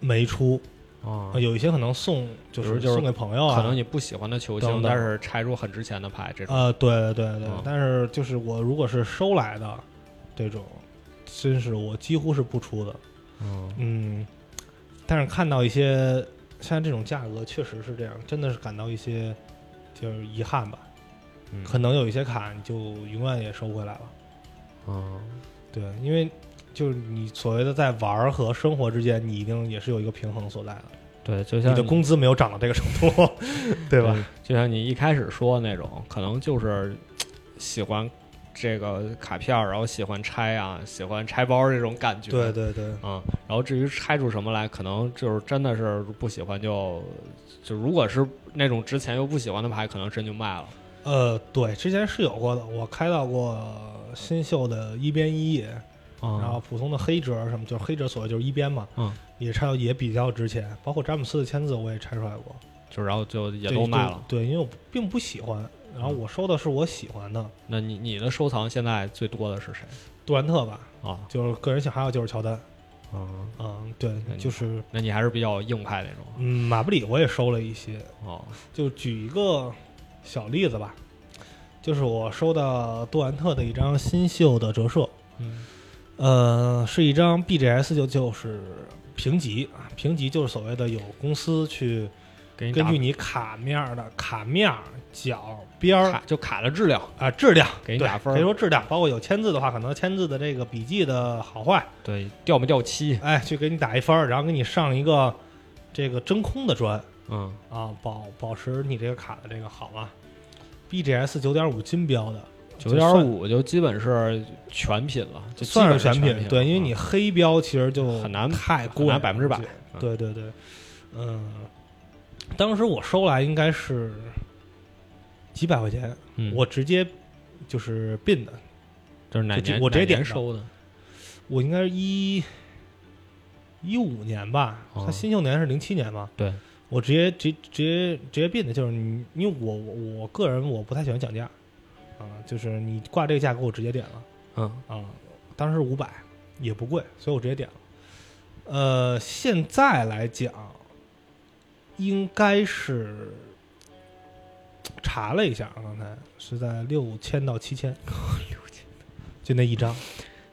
没出，
啊
呃，有一些可能送就是
比如就是
送给朋友啊，
可能你不喜欢的球
等
星，
等
但是拆出很值钱的牌，这种
呃，对对对对，
嗯
但是就是我如果是收来的这种，真是我几乎是不出的，
嗯
嗯，但是看到一些像这种价格，确实是这样，真的是感到一些就是遗憾吧。
嗯
可能有一些卡你就永远也收不回来了，
嗯
对，因为就是你所谓的在玩儿和生活之间，你一定也是有一个平衡所在的。
对，就像
你的工资没有涨到这个程度， 对吧？？
就像你一开始说的那种，可能就是嘖喜欢这个卡片儿，然后喜欢拆啊，喜欢拆包儿这种感觉。
对对对，
嗯，然后至于拆出什么来，可能就是真的是不喜欢就就如果是那种值钱又不喜欢的牌，可能真就卖了。
呃，对，之前是有过的，我开到过新秀的一边一野，
嗯
然后普通的黑折什么，就是黑折所谓就是一边嘛，
嗯，
也拆到也比较值钱，包括詹姆斯的签字我也拆出来过，
就然后就也
对
都卖了。。
对，对因为我并不喜欢，然后我收的是我喜欢的
那你你的收藏现在最多的是谁
杜兰特吧，
啊？
就是个人喜好还有就是乔丹，
嗯，
嗯，对
那，你
就是
那你还是比较硬派那种
嗯，马布里我也收了一些，
哦。
就举一个小例子吧，就是我收到杜兰特的一张新秀的折射，
嗯
呃，是一张 BGS 就就是评级啊，评级就是所谓的有公司去
给你
根
打
据你卡面儿的卡面儿角边儿啊、啊
卡就卡了质量，
质量
给你
对
打分
可以
儿，
说质量，包括有签字的话，可能签字的这个笔记的好坏，
对掉没掉漆？
哎，去给你打一分儿，然后给你上一个这个真空的砖
嗯
啊，保保持你这个卡的这个好啊嘛。BGS 九点五金标的，
九点五就基本是全品了，就基
算
本
是
是全
品，对，因为你
嗯
黑标其实就
很难
太
很
过
难百分之百。嗯
对对对，嗯，当时我收来应该是几百块钱，
嗯
我直接就是并的，
就是哪
就就
年
我直接
哪年
点的
收的？
我应该是一一五年吧，
哦
他新秀年是零七年嘛，
对，
我直接直直接直接并的，就是你，因为我我我个人我不太喜欢讲价，啊、就是你挂这个价格我直接点了。
嗯
啊、当时五百也不贵，所以我直接点了。呃，现在来讲，应该是查了一下，啊刚才是在六千到七千，哦六千，就那一张，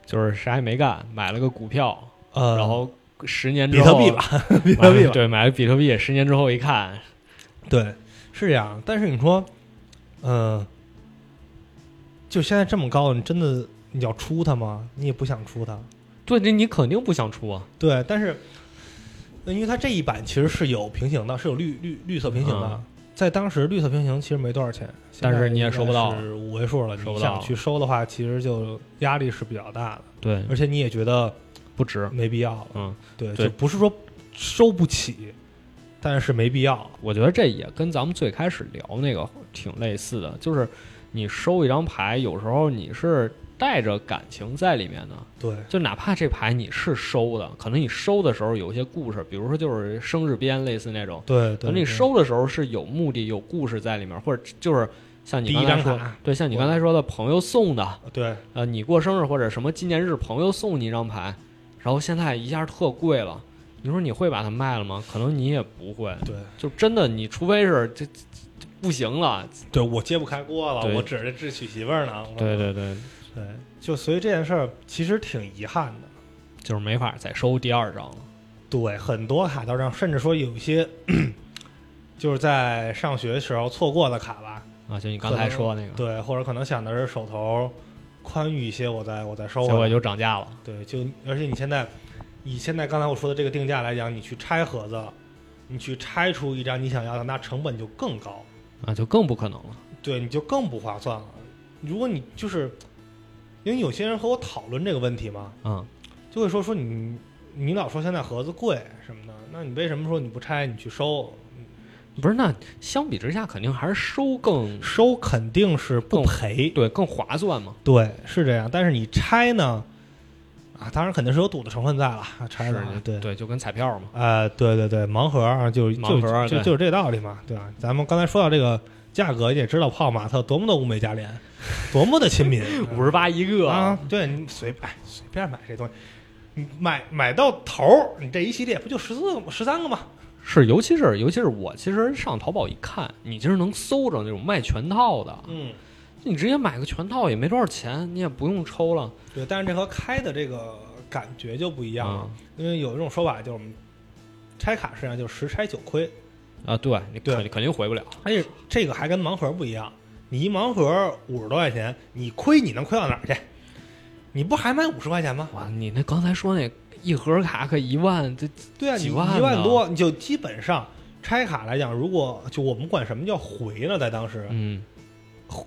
就是啥也没干，买了个股票，
呃，
然后十年
比
之
特
后
币吧， 比特币吧，
对，买了比特币，十年之后一看，
对，是这样。但是你说，嗯、就现在这么高，你真的你要出它吗？你也不想出它，
对，这你肯定不想出啊。
对，但是呃因为它这一版其实是有平行的，是有绿绿绿色平行的。
嗯
在当时，绿色平行其实没多少钱，
但是你也收不到
现在应该是五位数了。
收
你
不到
想去收的话，其实就压力是比较大的，
对，
而且你也觉得
不值。
没必要了。
嗯，
嗯对，
对
就不是说收不起，但是没必要。
我觉得这也跟咱们最开始聊那个挺类似的，就是你收一张牌，有时候你是带着感情在里面的，
对，
就哪怕这牌你是收的，可能你收的时候有一些故事，比如说就是生日编类似那种，
对，
可
对。
能
对，
你收的时候是有目的、有故事在里面，或者就是像你
第一
刚才
张
说
卡，
对，像你刚才说的朋友送的，
对
呃，你过生日或者什么纪念日，朋友送你一张牌，然后现在一下特贵了，你说你会把它卖了吗？可能你也不会，
对
就真的你除非是这这这不行了，
对，我揭不开锅了，
对
我指着这娶媳妇儿呢。我
对对对，
对，就所以这件事儿其实挺遗憾的。
就是没法再收第二张了。
对，很多卡都这样，甚至说有一些就是在上学时候错过的卡吧，
啊，就你刚才说那个，
对，或者可能想的是手头宽裕一些，我再我再收
结
回
果
来。
就涨价了。
对，就而且你现在以现在刚才我说的这个定价来讲，你去拆盒子，你去拆出一张你想要的，那成本就更高。
啊，就更不可能了。
对，你就更不划算了。如果你就是，因为有些人和我讨论这个问题嘛，
嗯，
就会说说你，你老说现在盒子贵什么的，那你为什么说你不拆你去收？
不是，那相比之下，肯定还是收更
收肯定是不赔，
对更划算嘛。
对，是这样。但是你拆呢，啊，当然肯定是有赌的成分在了，啊拆的
是
对。
对，就跟彩票嘛。
呃，对对对，盲盒啊，就
盲盒啊
就
对
就就是这道理嘛，对吧？咱们刚才说到这个价格，也知道泡泡玛特多么的物美价廉， 多么的亲 民，
五十八一个
嗯啊，，对你随哎随便买这东西，你买买到头儿，你这一系列不就十四个吗？十三个吗？
是，尤其是尤其是我，其实上淘宝一看，你其实能搜着那种卖全套的，
嗯，
你直接买个全套也没多少钱，你也不用抽了。
对，但是这和开的这个感觉就不一样了，
啊
因为有一种说法就是我们拆卡实际上就是十拆九亏，
啊，对你
对
肯肯定回不了。
而且这个还跟盲盒不一样，你一盲盒五十多块钱，你亏你能亏到哪儿去？你不还卖五十块钱吗？
哇，你那刚才说那一盒卡可一万，这
对啊，你
几
一
万呢
万多，你就基本上拆卡来讲，如果就我们管什么叫回呢，在当时，
嗯，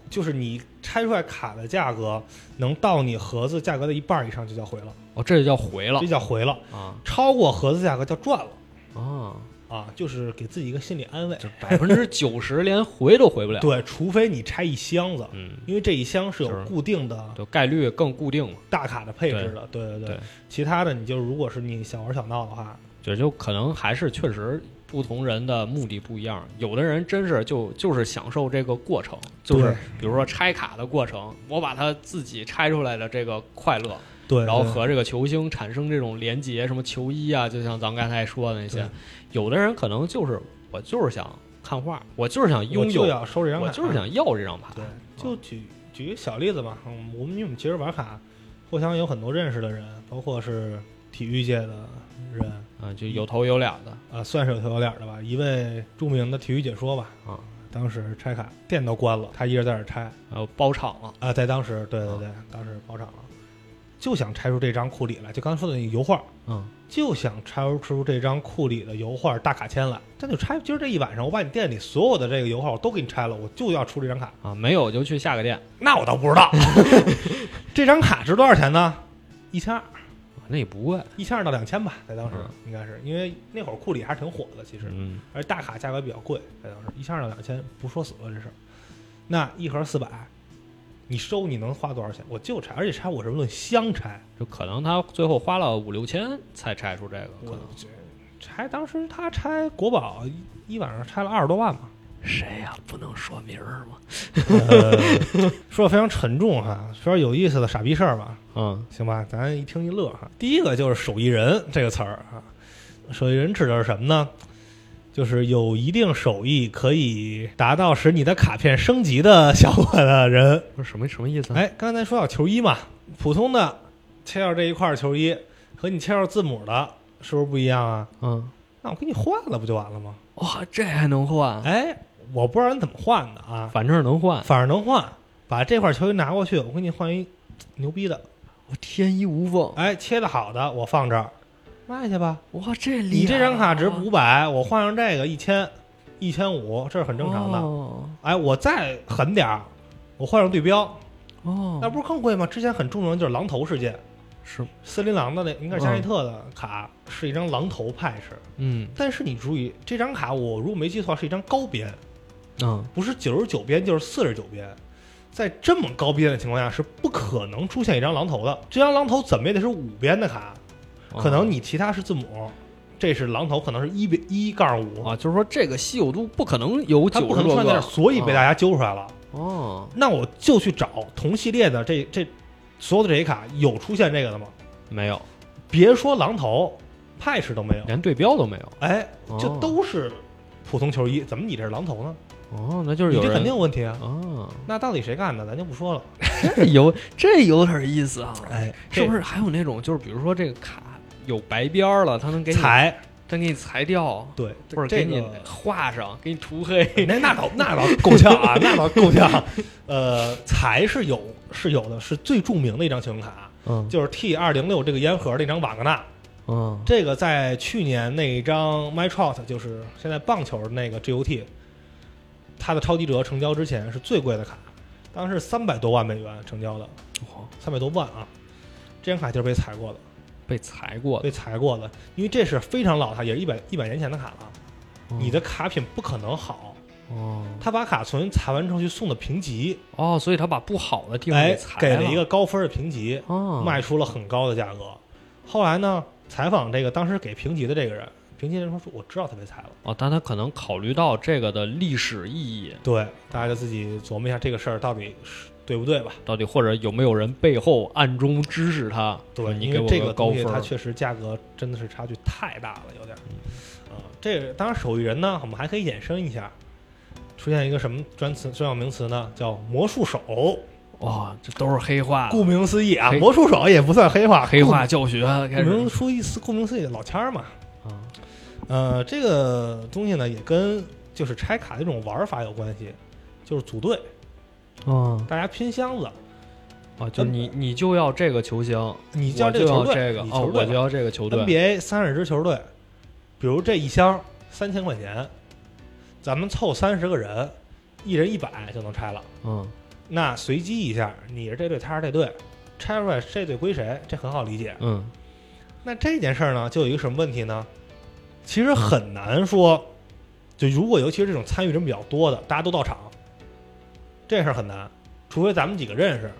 就是你拆出来卡的价格能到你盒子价格的一半以上，就叫回了，
哦，这就叫回了
这叫回了。
啊
超过盒子价格叫赚了
啊，
啊，就是给自己一个心理安慰。
就百分之九十连回都回不了。
对，除非你拆一箱子，
嗯，
因为这一箱是
就是
有固定的
就概率更固定嘛，
大卡的配置的。对对
对，
其他的你就如果是你小玩小闹的话，
就就可能还是确实不同人的目的不一样，有的人真是就就是享受这个过程，就是
对
比如说拆卡的过程，我把他自己拆出来的这个快乐，
对，
然后
对
和这个球星产生这种连结，什么球衣啊，就像咱们刚才说的那些
对，
有的人可能就是我就是想看画，我就是想
我
拥
就
有，
要收这张卡，
我就是想要这张牌，
对，就举举一个小例子吧，嗯我们因为我们其实玩卡，互相有很多认识的人，包括是体育界的人。
啊，就有头有脸的
啊，算是有头有脸的吧，一位著名的体育解说吧，
啊，
当时拆卡店都关了，他一人在那儿拆
然后包场了，
啊，在当时，对对对，当时包场了，就想拆出这张库里来，就刚才说的那个油画，
嗯，
就想拆出这张库里的油画大卡签来，那就拆，今儿这一晚上我把你店里所有的这个油画我都给你拆了，我就要出这张卡，
啊，没有就去下个店，
那我倒不知道， 这张卡值多少钱呢？一千二，
那也不贵，
一千二到两千吧，在当时
嗯
应该是因为那会儿库里还是挺火的，其实，
嗯，
而大卡价格比较贵，在当时一千二到两千，不说死了这事儿。那一盒四百，你收你能花多少钱？我就拆，而且拆我是论箱拆，
就可能他最后花了五六千才拆出这个，
我
可能
这拆当时他拆国宝一一晚上拆了二十多万嘛，
谁呀、不能说名儿吗？
呃、说的非常沉重哈，说点有意思的傻逼事儿吧，
嗯，
行吧，咱一听一乐哈。第一个就是手艺人这个词儿啊，手艺人指的是什么呢？就是有一定手艺可以达到使你的卡片升级的效果的人。
不是什么什么意思、啊？
哎，刚才说到球衣嘛，普通的切掉这一块球衣和你切掉字母的，是不是不一样啊？
嗯，
那我给你换了不就完了吗？
哇，这还能换？
哎，我不知道你怎么换的啊，
反正能换，
反正能换，把这块球衣拿过去，我给你换一牛逼的。
我天衣无缝。
哎，切的好的我放这儿，卖去吧。
哇，这厉害！啊
你这张卡值五百，我换上这个一千，一千五，这是很正常的。
哦，
哎，我再狠点儿，我换上对标，
哦
那不是更贵吗？之前很著名的就是狼头事件。
是，
森林狼的那应该是加内特的卡是一张狼头派式，
嗯
但是你注意这张卡，我如果没记错是一张高边，
嗯，
不是九十九边就是四十九边。在这么高边的情况下，是不可能出现一张狼头的。这张狼头怎么也得是五边的卡，
哦
可能你其他是字母，这是狼头，可能是一边一杠五，
啊，就是说这个稀有度不可能有
它
九
不
十
可能
多
出现在这
个啊
儿，，所以被大家揪出来了。
哦，
那我就去找同系列的这这所有的这些卡，有出现这个的吗？
没有，
别说狼头，派式都没有。
连对标都没有。
哎，这
哦
都是普通球衣，怎么你这是狼头呢？
哦，那就是
你
有
这
人
肯定有问题啊！
啊，
那到底谁干的，咱就不说了。
这有这有点意思啊，
哎，
是不是还有那种就是比如说这个卡有白边儿了，它能给
这
你
裁
真给你裁掉，
对，
或者
这
给
个
你画上，给你涂黑。
那那倒 那倒够呛 啊，那倒够呛。呃，财是有是有的，是最著名的一张信用卡，
嗯
就是 T 二零六这个烟盒那张瓦格纳。
嗯
这个在去年那一张 MyTrot，就是现在棒球那个 GOT，它的超级折成交之前是最贵的卡，当时三百多万美元成交的，三百多万啊。这张卡就是被裁过的，
被裁过的，
被裁过的，因为这是非常老套，也是一百一百年前的卡了，你的卡品不可能好。
哦
他把卡存裁完之后去送的评级，
哦，所以他把不好的地方
哎，
裁
给了一个高分的评级，
哦，
卖出了很高的价格。后来呢，采访这个当时给评级的这个人，评级人说说我知道他被裁了。
哦，但他可能考虑到这个的历史意义，
对，大家就自己琢磨一下这个事儿到底是对不对吧？
到底或者有没有人背后暗中支持他？说
对，
嗯你
因
给
为
我
这个
高
东
分
西它
儿，嗯
确实价格真的是差距太大了，有点儿。啊、这个当然手艺人呢，我们还可以衍生一下，出现一个什么专词专有名词呢？叫魔术手。
哇，这都是黑化，
顾名思义啊，
黑
魔术手也不算黑化，
黑化教学啊
顾
开
嗯名
始
说一思，顾名思义，老千儿嘛。
啊，
呃，这个东西呢，也跟就是拆卡的这种玩法有关系，就是组队，
哦
大家拼箱子。
啊，就你你就要这个球星，
嗯你
我
叫这
就
个球
要
队，
这个
你
哦
球，队
我就要这个球队
NBA 三十支球队，比如这一箱三千块钱，咱们凑三十个人，一人一百就能拆了。
嗯
那随机一下，你是这队，他是这队，拆出来这队归谁，这很好理解。
嗯
那这件事儿呢，就有一个什么问题呢？其实很难说，就如果尤其是这种参与人比较多的，大家都到场，这事儿很难，除非咱们几个认识，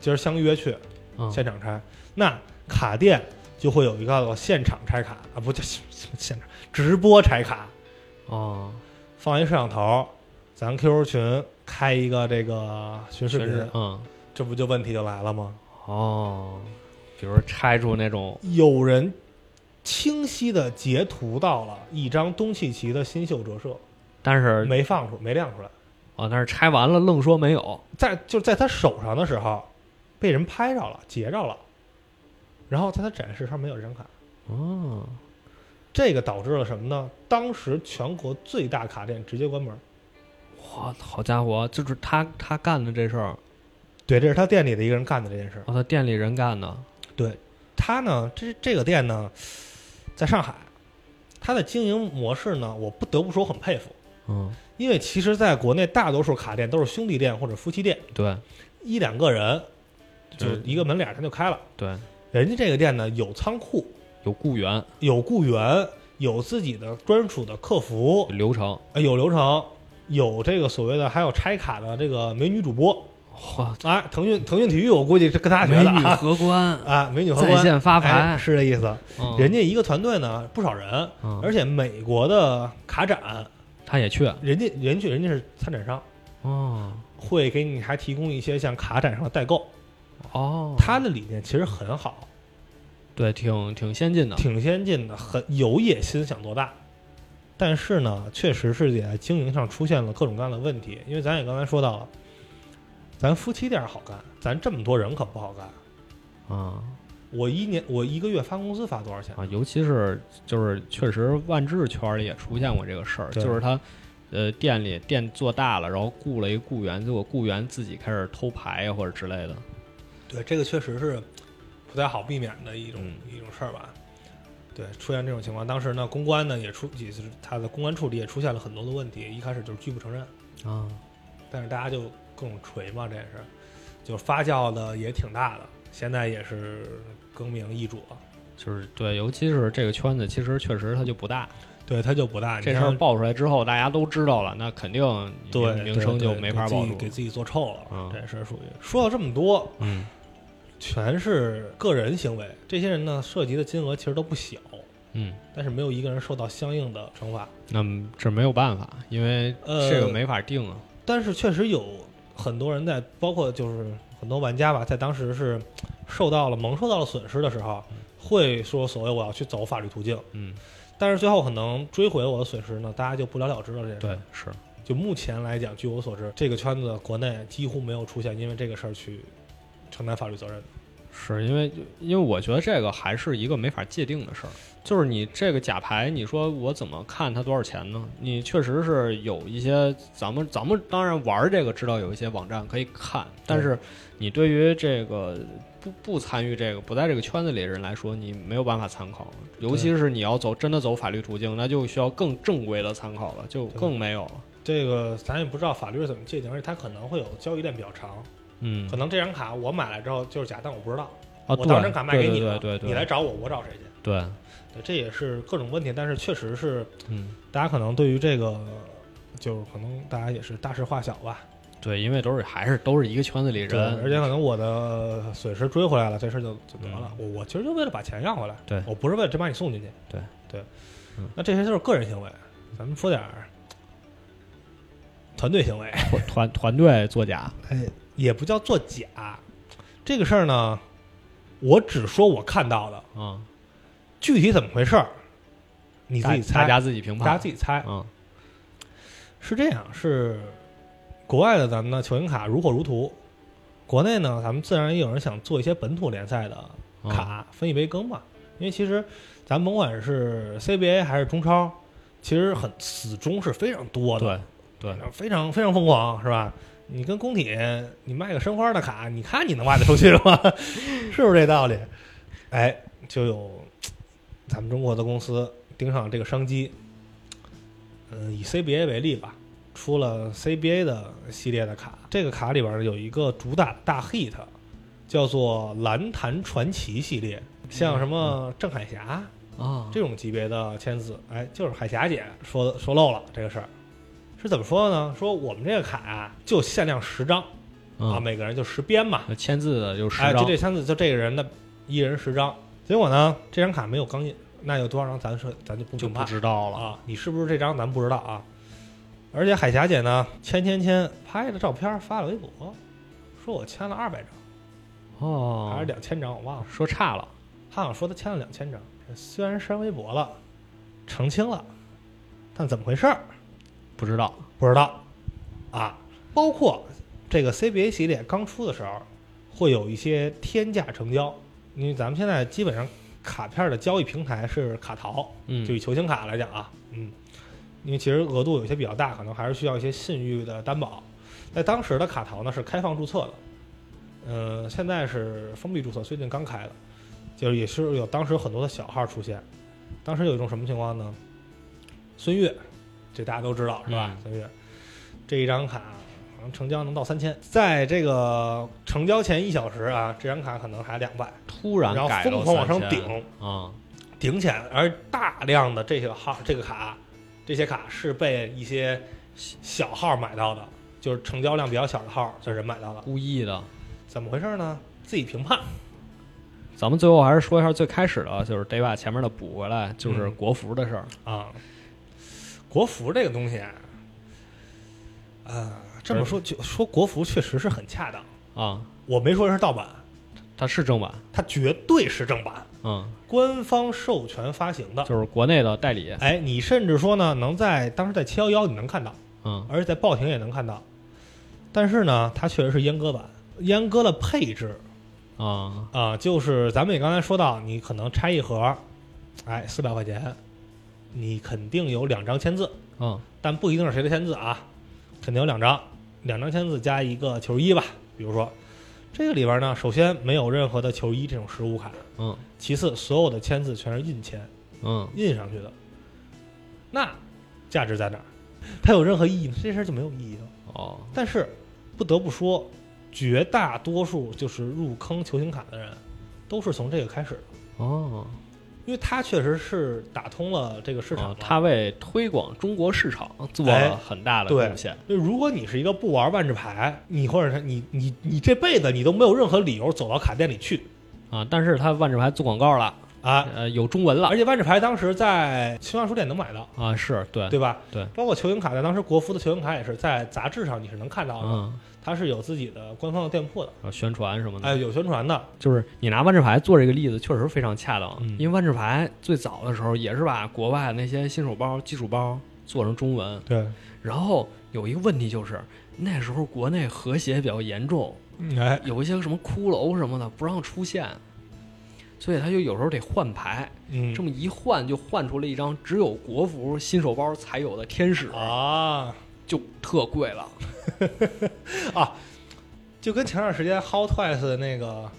今儿相约去
嗯，
现场拆。那卡店就会有一个现场拆卡啊，不叫现 现场直播拆卡，
哦，
放一摄像头，咱 QQ 群开一个这个巡视
全是
频，
嗯
这不就问题就来了吗？
哦，比如拆出那种
有人清晰的截图到了一张东契奇的新秀折射，
但是
没放出，没亮出来。
啊，但是拆完了愣说没有，
在就是在他手上的时候，被人拍着了，截着了，然后在他展示上没有这张卡，
哦，
这个导致了什么呢？当时全国最大卡店直接关门。
哇，好家伙，就是他他干的这事儿，
对，这是他店里的一个人干的这件事。
哦，他店里人干的，
他呢，这这个店呢，在上海，他的经营模式呢，我不得不说很佩服，
嗯，
因为其实在国内大多数卡店都是兄弟店或者夫妻店，
对
一两个人就
就是
一个门脸儿他就开了。
对，
人家这个店呢，有仓库，
有雇员
有雇员，有自己的专属的客服
有，流程，
呃有流程，有这个所谓的还有拆卡的这个美女主播
哇，
啊。腾讯腾讯体育，我估计是跟他学
美
的
女
啊
荷官
啊，美女荷
在
官。
线发
哎，
牌，
是这意思。
嗯
人家一个团队呢，不少人，
嗯
而且美国的卡展，
他也去，
人家人去人家是参展商，
哦
会给你还提供一些像卡展上的代购。
哦，
他的理念其实很好，
对挺挺先进的，
挺先进的，很有野心，想做大。但是呢，确实是也在经营上出现了各种各样的问题，因为咱也刚才说到了，咱夫妻店好干，咱这么多人可不好干。
啊
我一年我一个月发工资发多少钱？
啊，尤其是就是确实万智圈里也出现过这个事儿，
对
就是他。呃，店里店做大了，然后雇了一雇员，结果雇员自己开始偷牌啊呀，或者之类的。
对，这个确实是不太好避免的一种、
嗯
一种事儿吧。对，出现这种情况，当时呢，公关呢也出，也是他的公关处理也出现了很多的问题，一开始就是拒不承认，
啊，
但是大家就各种锤嘛，这也是，就发酵的也挺大的，现在也是更名易主了。
就是对，尤其是这个圈子，其实确实它就不大。
对，他就不大，你
这事
像
儿爆出来之后，大家都知道了，那肯定
对
名
对
名声就
对
没法
给自
保
己
住。
给自己做臭了，
嗯
这也是属于说了这么多，
嗯，
全是个人行为，这些人呢涉及的金额其实都不小，
嗯，
但是没有一个人受到相应的惩罚。
那么这没有办法，因为
呃
这个没法定啊。
但是确实有很多人在，包括就是很多玩家吧，在当时是受到了蒙受到了损失的时候，会说所谓我要去走法律途径，
嗯，
但是最后可能追回我的损失呢，大家就不了了之了。这件事
对，是
就目前来讲，据我所知，这个圈子国内几乎没有出现因为这个事儿去承担法律责任的。
是因为因为我觉得这个还是一个没法界定的事儿，就是你这个假牌，你说我怎么看它多少钱呢？你确实是有一些咱们咱们当然玩这个知道有一些网站可以看，但是你对于这个不不参与这个不在这个圈子里的人来说，你没有办法参考，尤其是你要走真的走法律途径，那就需要更正规的参考了，就更没有了。
这个咱也不知道法律是怎么界定，而且它可能会有交易链比较长，
嗯
可能这张卡我买来之后就是假，但我不知道，
啊，
我
对
当张卡卖给你
对
了，
对对对，
你来找我，我找谁去？
对，
对，这也是各种问题，但是确实是
嗯。
大家可能对于这个，就是可能大家也是大事化小吧，
对，因为都是还是都是一个圈子里
对，
人，
而且可能我的损失追回来了，这事儿就就得了。我我其实就为了把钱要回来，
嗯对
我不是为了真把你送进去，
对
对
嗯。
那这些就是个人行为，咱们说点儿团队行为，
团团团队作假，
哎，也不叫作假。这个事儿呢，我只说我看到的，
嗯，
具体怎么回事儿，你自己
大
猜，
家自己评
大
判，
家自己猜。
嗯
是这样，是国外的咱们的球星卡如火如荼，国内呢，咱们自然也有人想做一些本土联赛的
嗯
卡，分一杯羹嘛。因为其实咱甭管是 CBA 还是中超，其实很死忠是非常多的，
对对，
非常非常疯狂，是吧？你跟工体，你卖个申花的卡，你看你能卖得出去吗？ 是不是这道理？哎，就有咱们中国的公司盯上这个商机。嗯，以 CBA 为例吧，出了 CBA 的系列的卡，这个卡里边有一个主打大 hit，叫做蓝坛传奇系列，像什么郑海霞、
啊，
这种级别的签字，哎，就是海霞姐说说漏了这个事儿，是怎么说的呢？说我们这个卡呀、就限量十张、啊，
嗯，
每个人就十编嘛，
签字的就十
哎，就
张，
这签字就这个人的一人十张。结果呢，这张卡没有钢印，那有多少张咱说咱就不
就
评
不
判
知道了，
啊，你是不是这张咱不知道啊。而且海霞姐呢，签签签拍了照片发了微博，说我签了二百张还
哦
是，两千张，我忘了。
说差了，
他好像说他签了两千张，虽然删微博了，澄清了，但怎么回事儿
不知道，
不知道啊。包括这个 CBA 系列刚出的时候，会有一些天价成交，因为咱们现在基本上卡片的交易平台是卡淘，
嗯，
就以球星卡来讲啊，嗯，因为其实额度有些比较大，可能还是需要一些信誉的担保。在当时的卡淘呢是开放注册的，呃，现在是封闭注册，最近刚开的，就是也是有当时有很多的小号出现。当时有一种什么情况呢？孙悦，这大家都知道是吧？
嗯
孙悦这一张卡好像成交能到三千，在这个成交前一小时啊，这张卡可能还两百，
突然
然后
改
疯
了
狂往上
3000
顶，
啊，
顶起来，而大量的这些号、这个卡、这些卡是被一些小号买到的，就是成交量比较小的号的人买到的。
故意的。
怎么回事呢？自己评判。
咱们最后还是说一下最开始的，啊就是得把前面的补回来，就是
嗯
国服的事儿。
啊，国服这个东西啊，呃，这么说就说国服确实是很恰当。
啊，
我没说是盗版，
它是正版，
它绝对是正版，
嗯，
官方授权发行的。
就是国内的代理，
哎，你甚至说呢，能在当时在七幺幺你能看到，
嗯
而且在报亭也能看到。但是呢，它确实是阉割版，阉割了配置
啊，
啊、就是咱们也刚才说到，你可能拆一盒，哎，四百块钱，你肯定有两张签字，
嗯
但不一定是谁的签字啊，肯定有两张，两张签字加一个球衣吧。比如说，这个里边呢，首先没有任何的球衣这种实物卡，
嗯
其次所有的签字全是印签
嗯，
印上去的，那价值在哪儿？它有任何意义吗？这事儿就没有意义了。
哦，
但是不得不说，绝大多数就是入坑球星卡的人，都是从这个开始的，
哦，
因为它确实是打通了这个市场
哦
嘛。
它为推广中国市场做
哎
了很大的
对
贡献。
就如果你是一个不玩万智牌，你或者是你你你这辈子你都没有任何理由走到卡店里去
啊，但是它万智牌做广告了，
啊！
呃，有中文了
而且万智牌当时在新华书店能买到，
啊，是对，
对吧？
对
包括球星卡，在当时国服的球星卡也是在杂志上你是能看到的，
嗯，
它是有自己的官方的店铺的，
啊宣传什么的，
哎，有宣传的，
就是你拿万智牌做这个例子，确实非常恰当，
嗯
因为万智牌最早的时候也是把国外那些新手包、基础包做成中文，
对，
然后有一个问题就是那时候国内和谐比较严重，
哎，
有一些什么骷髅什么的不让出现，所以他就有时候得换牌，
嗯
这么一换就换出了一张只有国服新手包才有的天使，
啊
就特贵了。
啊，就跟前段时间 How Twice 的那个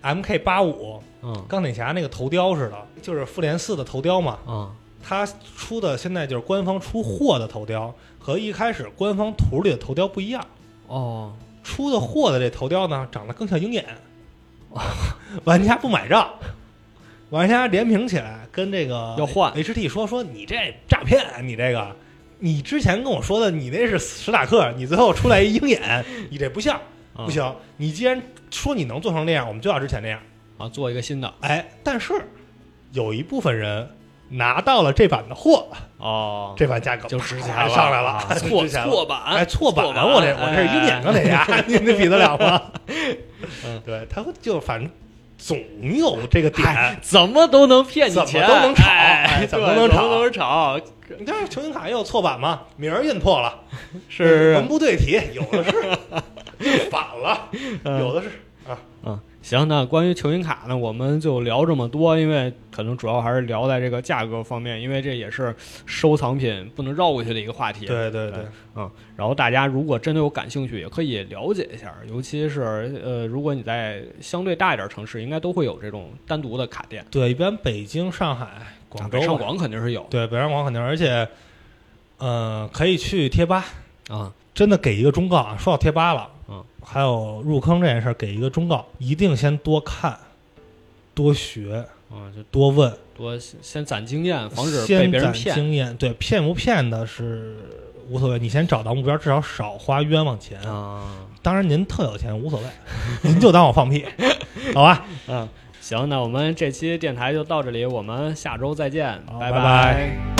M K 八五
嗯
钢铁侠那个头雕似的，就是复联四的头雕嘛。
嗯
它出的现在就是官方出货的头雕，和一开始官方图里的头雕不一样。
哦，
出的货的这头雕呢，长得更像鹰眼，玩家不买账，玩家连屏起来跟这个
要换
HT 说说你这诈骗，啊你这个，你之前跟我说的你那是史塔克，你最后出来一鹰眼，你这不像，
嗯
不行，你既然说你能做成那样，我们就要之前那样。
啊，做一个新的
哎，但是有一部分人拿到了这版的货，
哦，
这版价格
就值钱
啪
了
哎上来
啊错
错
错版
哎，错版哎
错版
我这我这是鹰眼钢铁侠， 你你比得了 吗？
嗯
对，他会就反正总有这个点。
怎么都能骗你钱，
怎么都能炒
哎
哎
对
怎
怎
么都能炒
么都能炒，
你看球星卡也有错版嘛，名儿印错了，
是
文不对题，有的 是，印反了，有的是啊。
嗯，行，那关于球星卡呢，我们就聊这么多，因为可能主要还是聊在这个价格方面，因为这也是收藏品不能绕过去的一个话题。
对对
对，嗯，然后大家如果真的有感兴趣，也可以了解一下，尤其是呃，如果你在相对大一点城市，应该都会有这种单独的卡店。
对，一般北京、上海、广州
啊北上
吧，
广肯定是有
对北上广肯定，而且，嗯，可以去贴吧，
啊，
真的给一个忠告啊！说到贴吧了，
嗯，
还有入坑这件事儿，给一个忠告，一定先多看、多学、
嗯，就
多问，
多先先攒经验，防止被
先
别人
攒
骗。
经验。对，骗不骗的是无所谓，你先找到目标，至少少花冤枉钱。
啊，
当然，您特有钱无所谓，您就当我 放屁，好吧？
嗯，行，那我们这期电台就到这里，我们下周再见，
好
拜
拜拜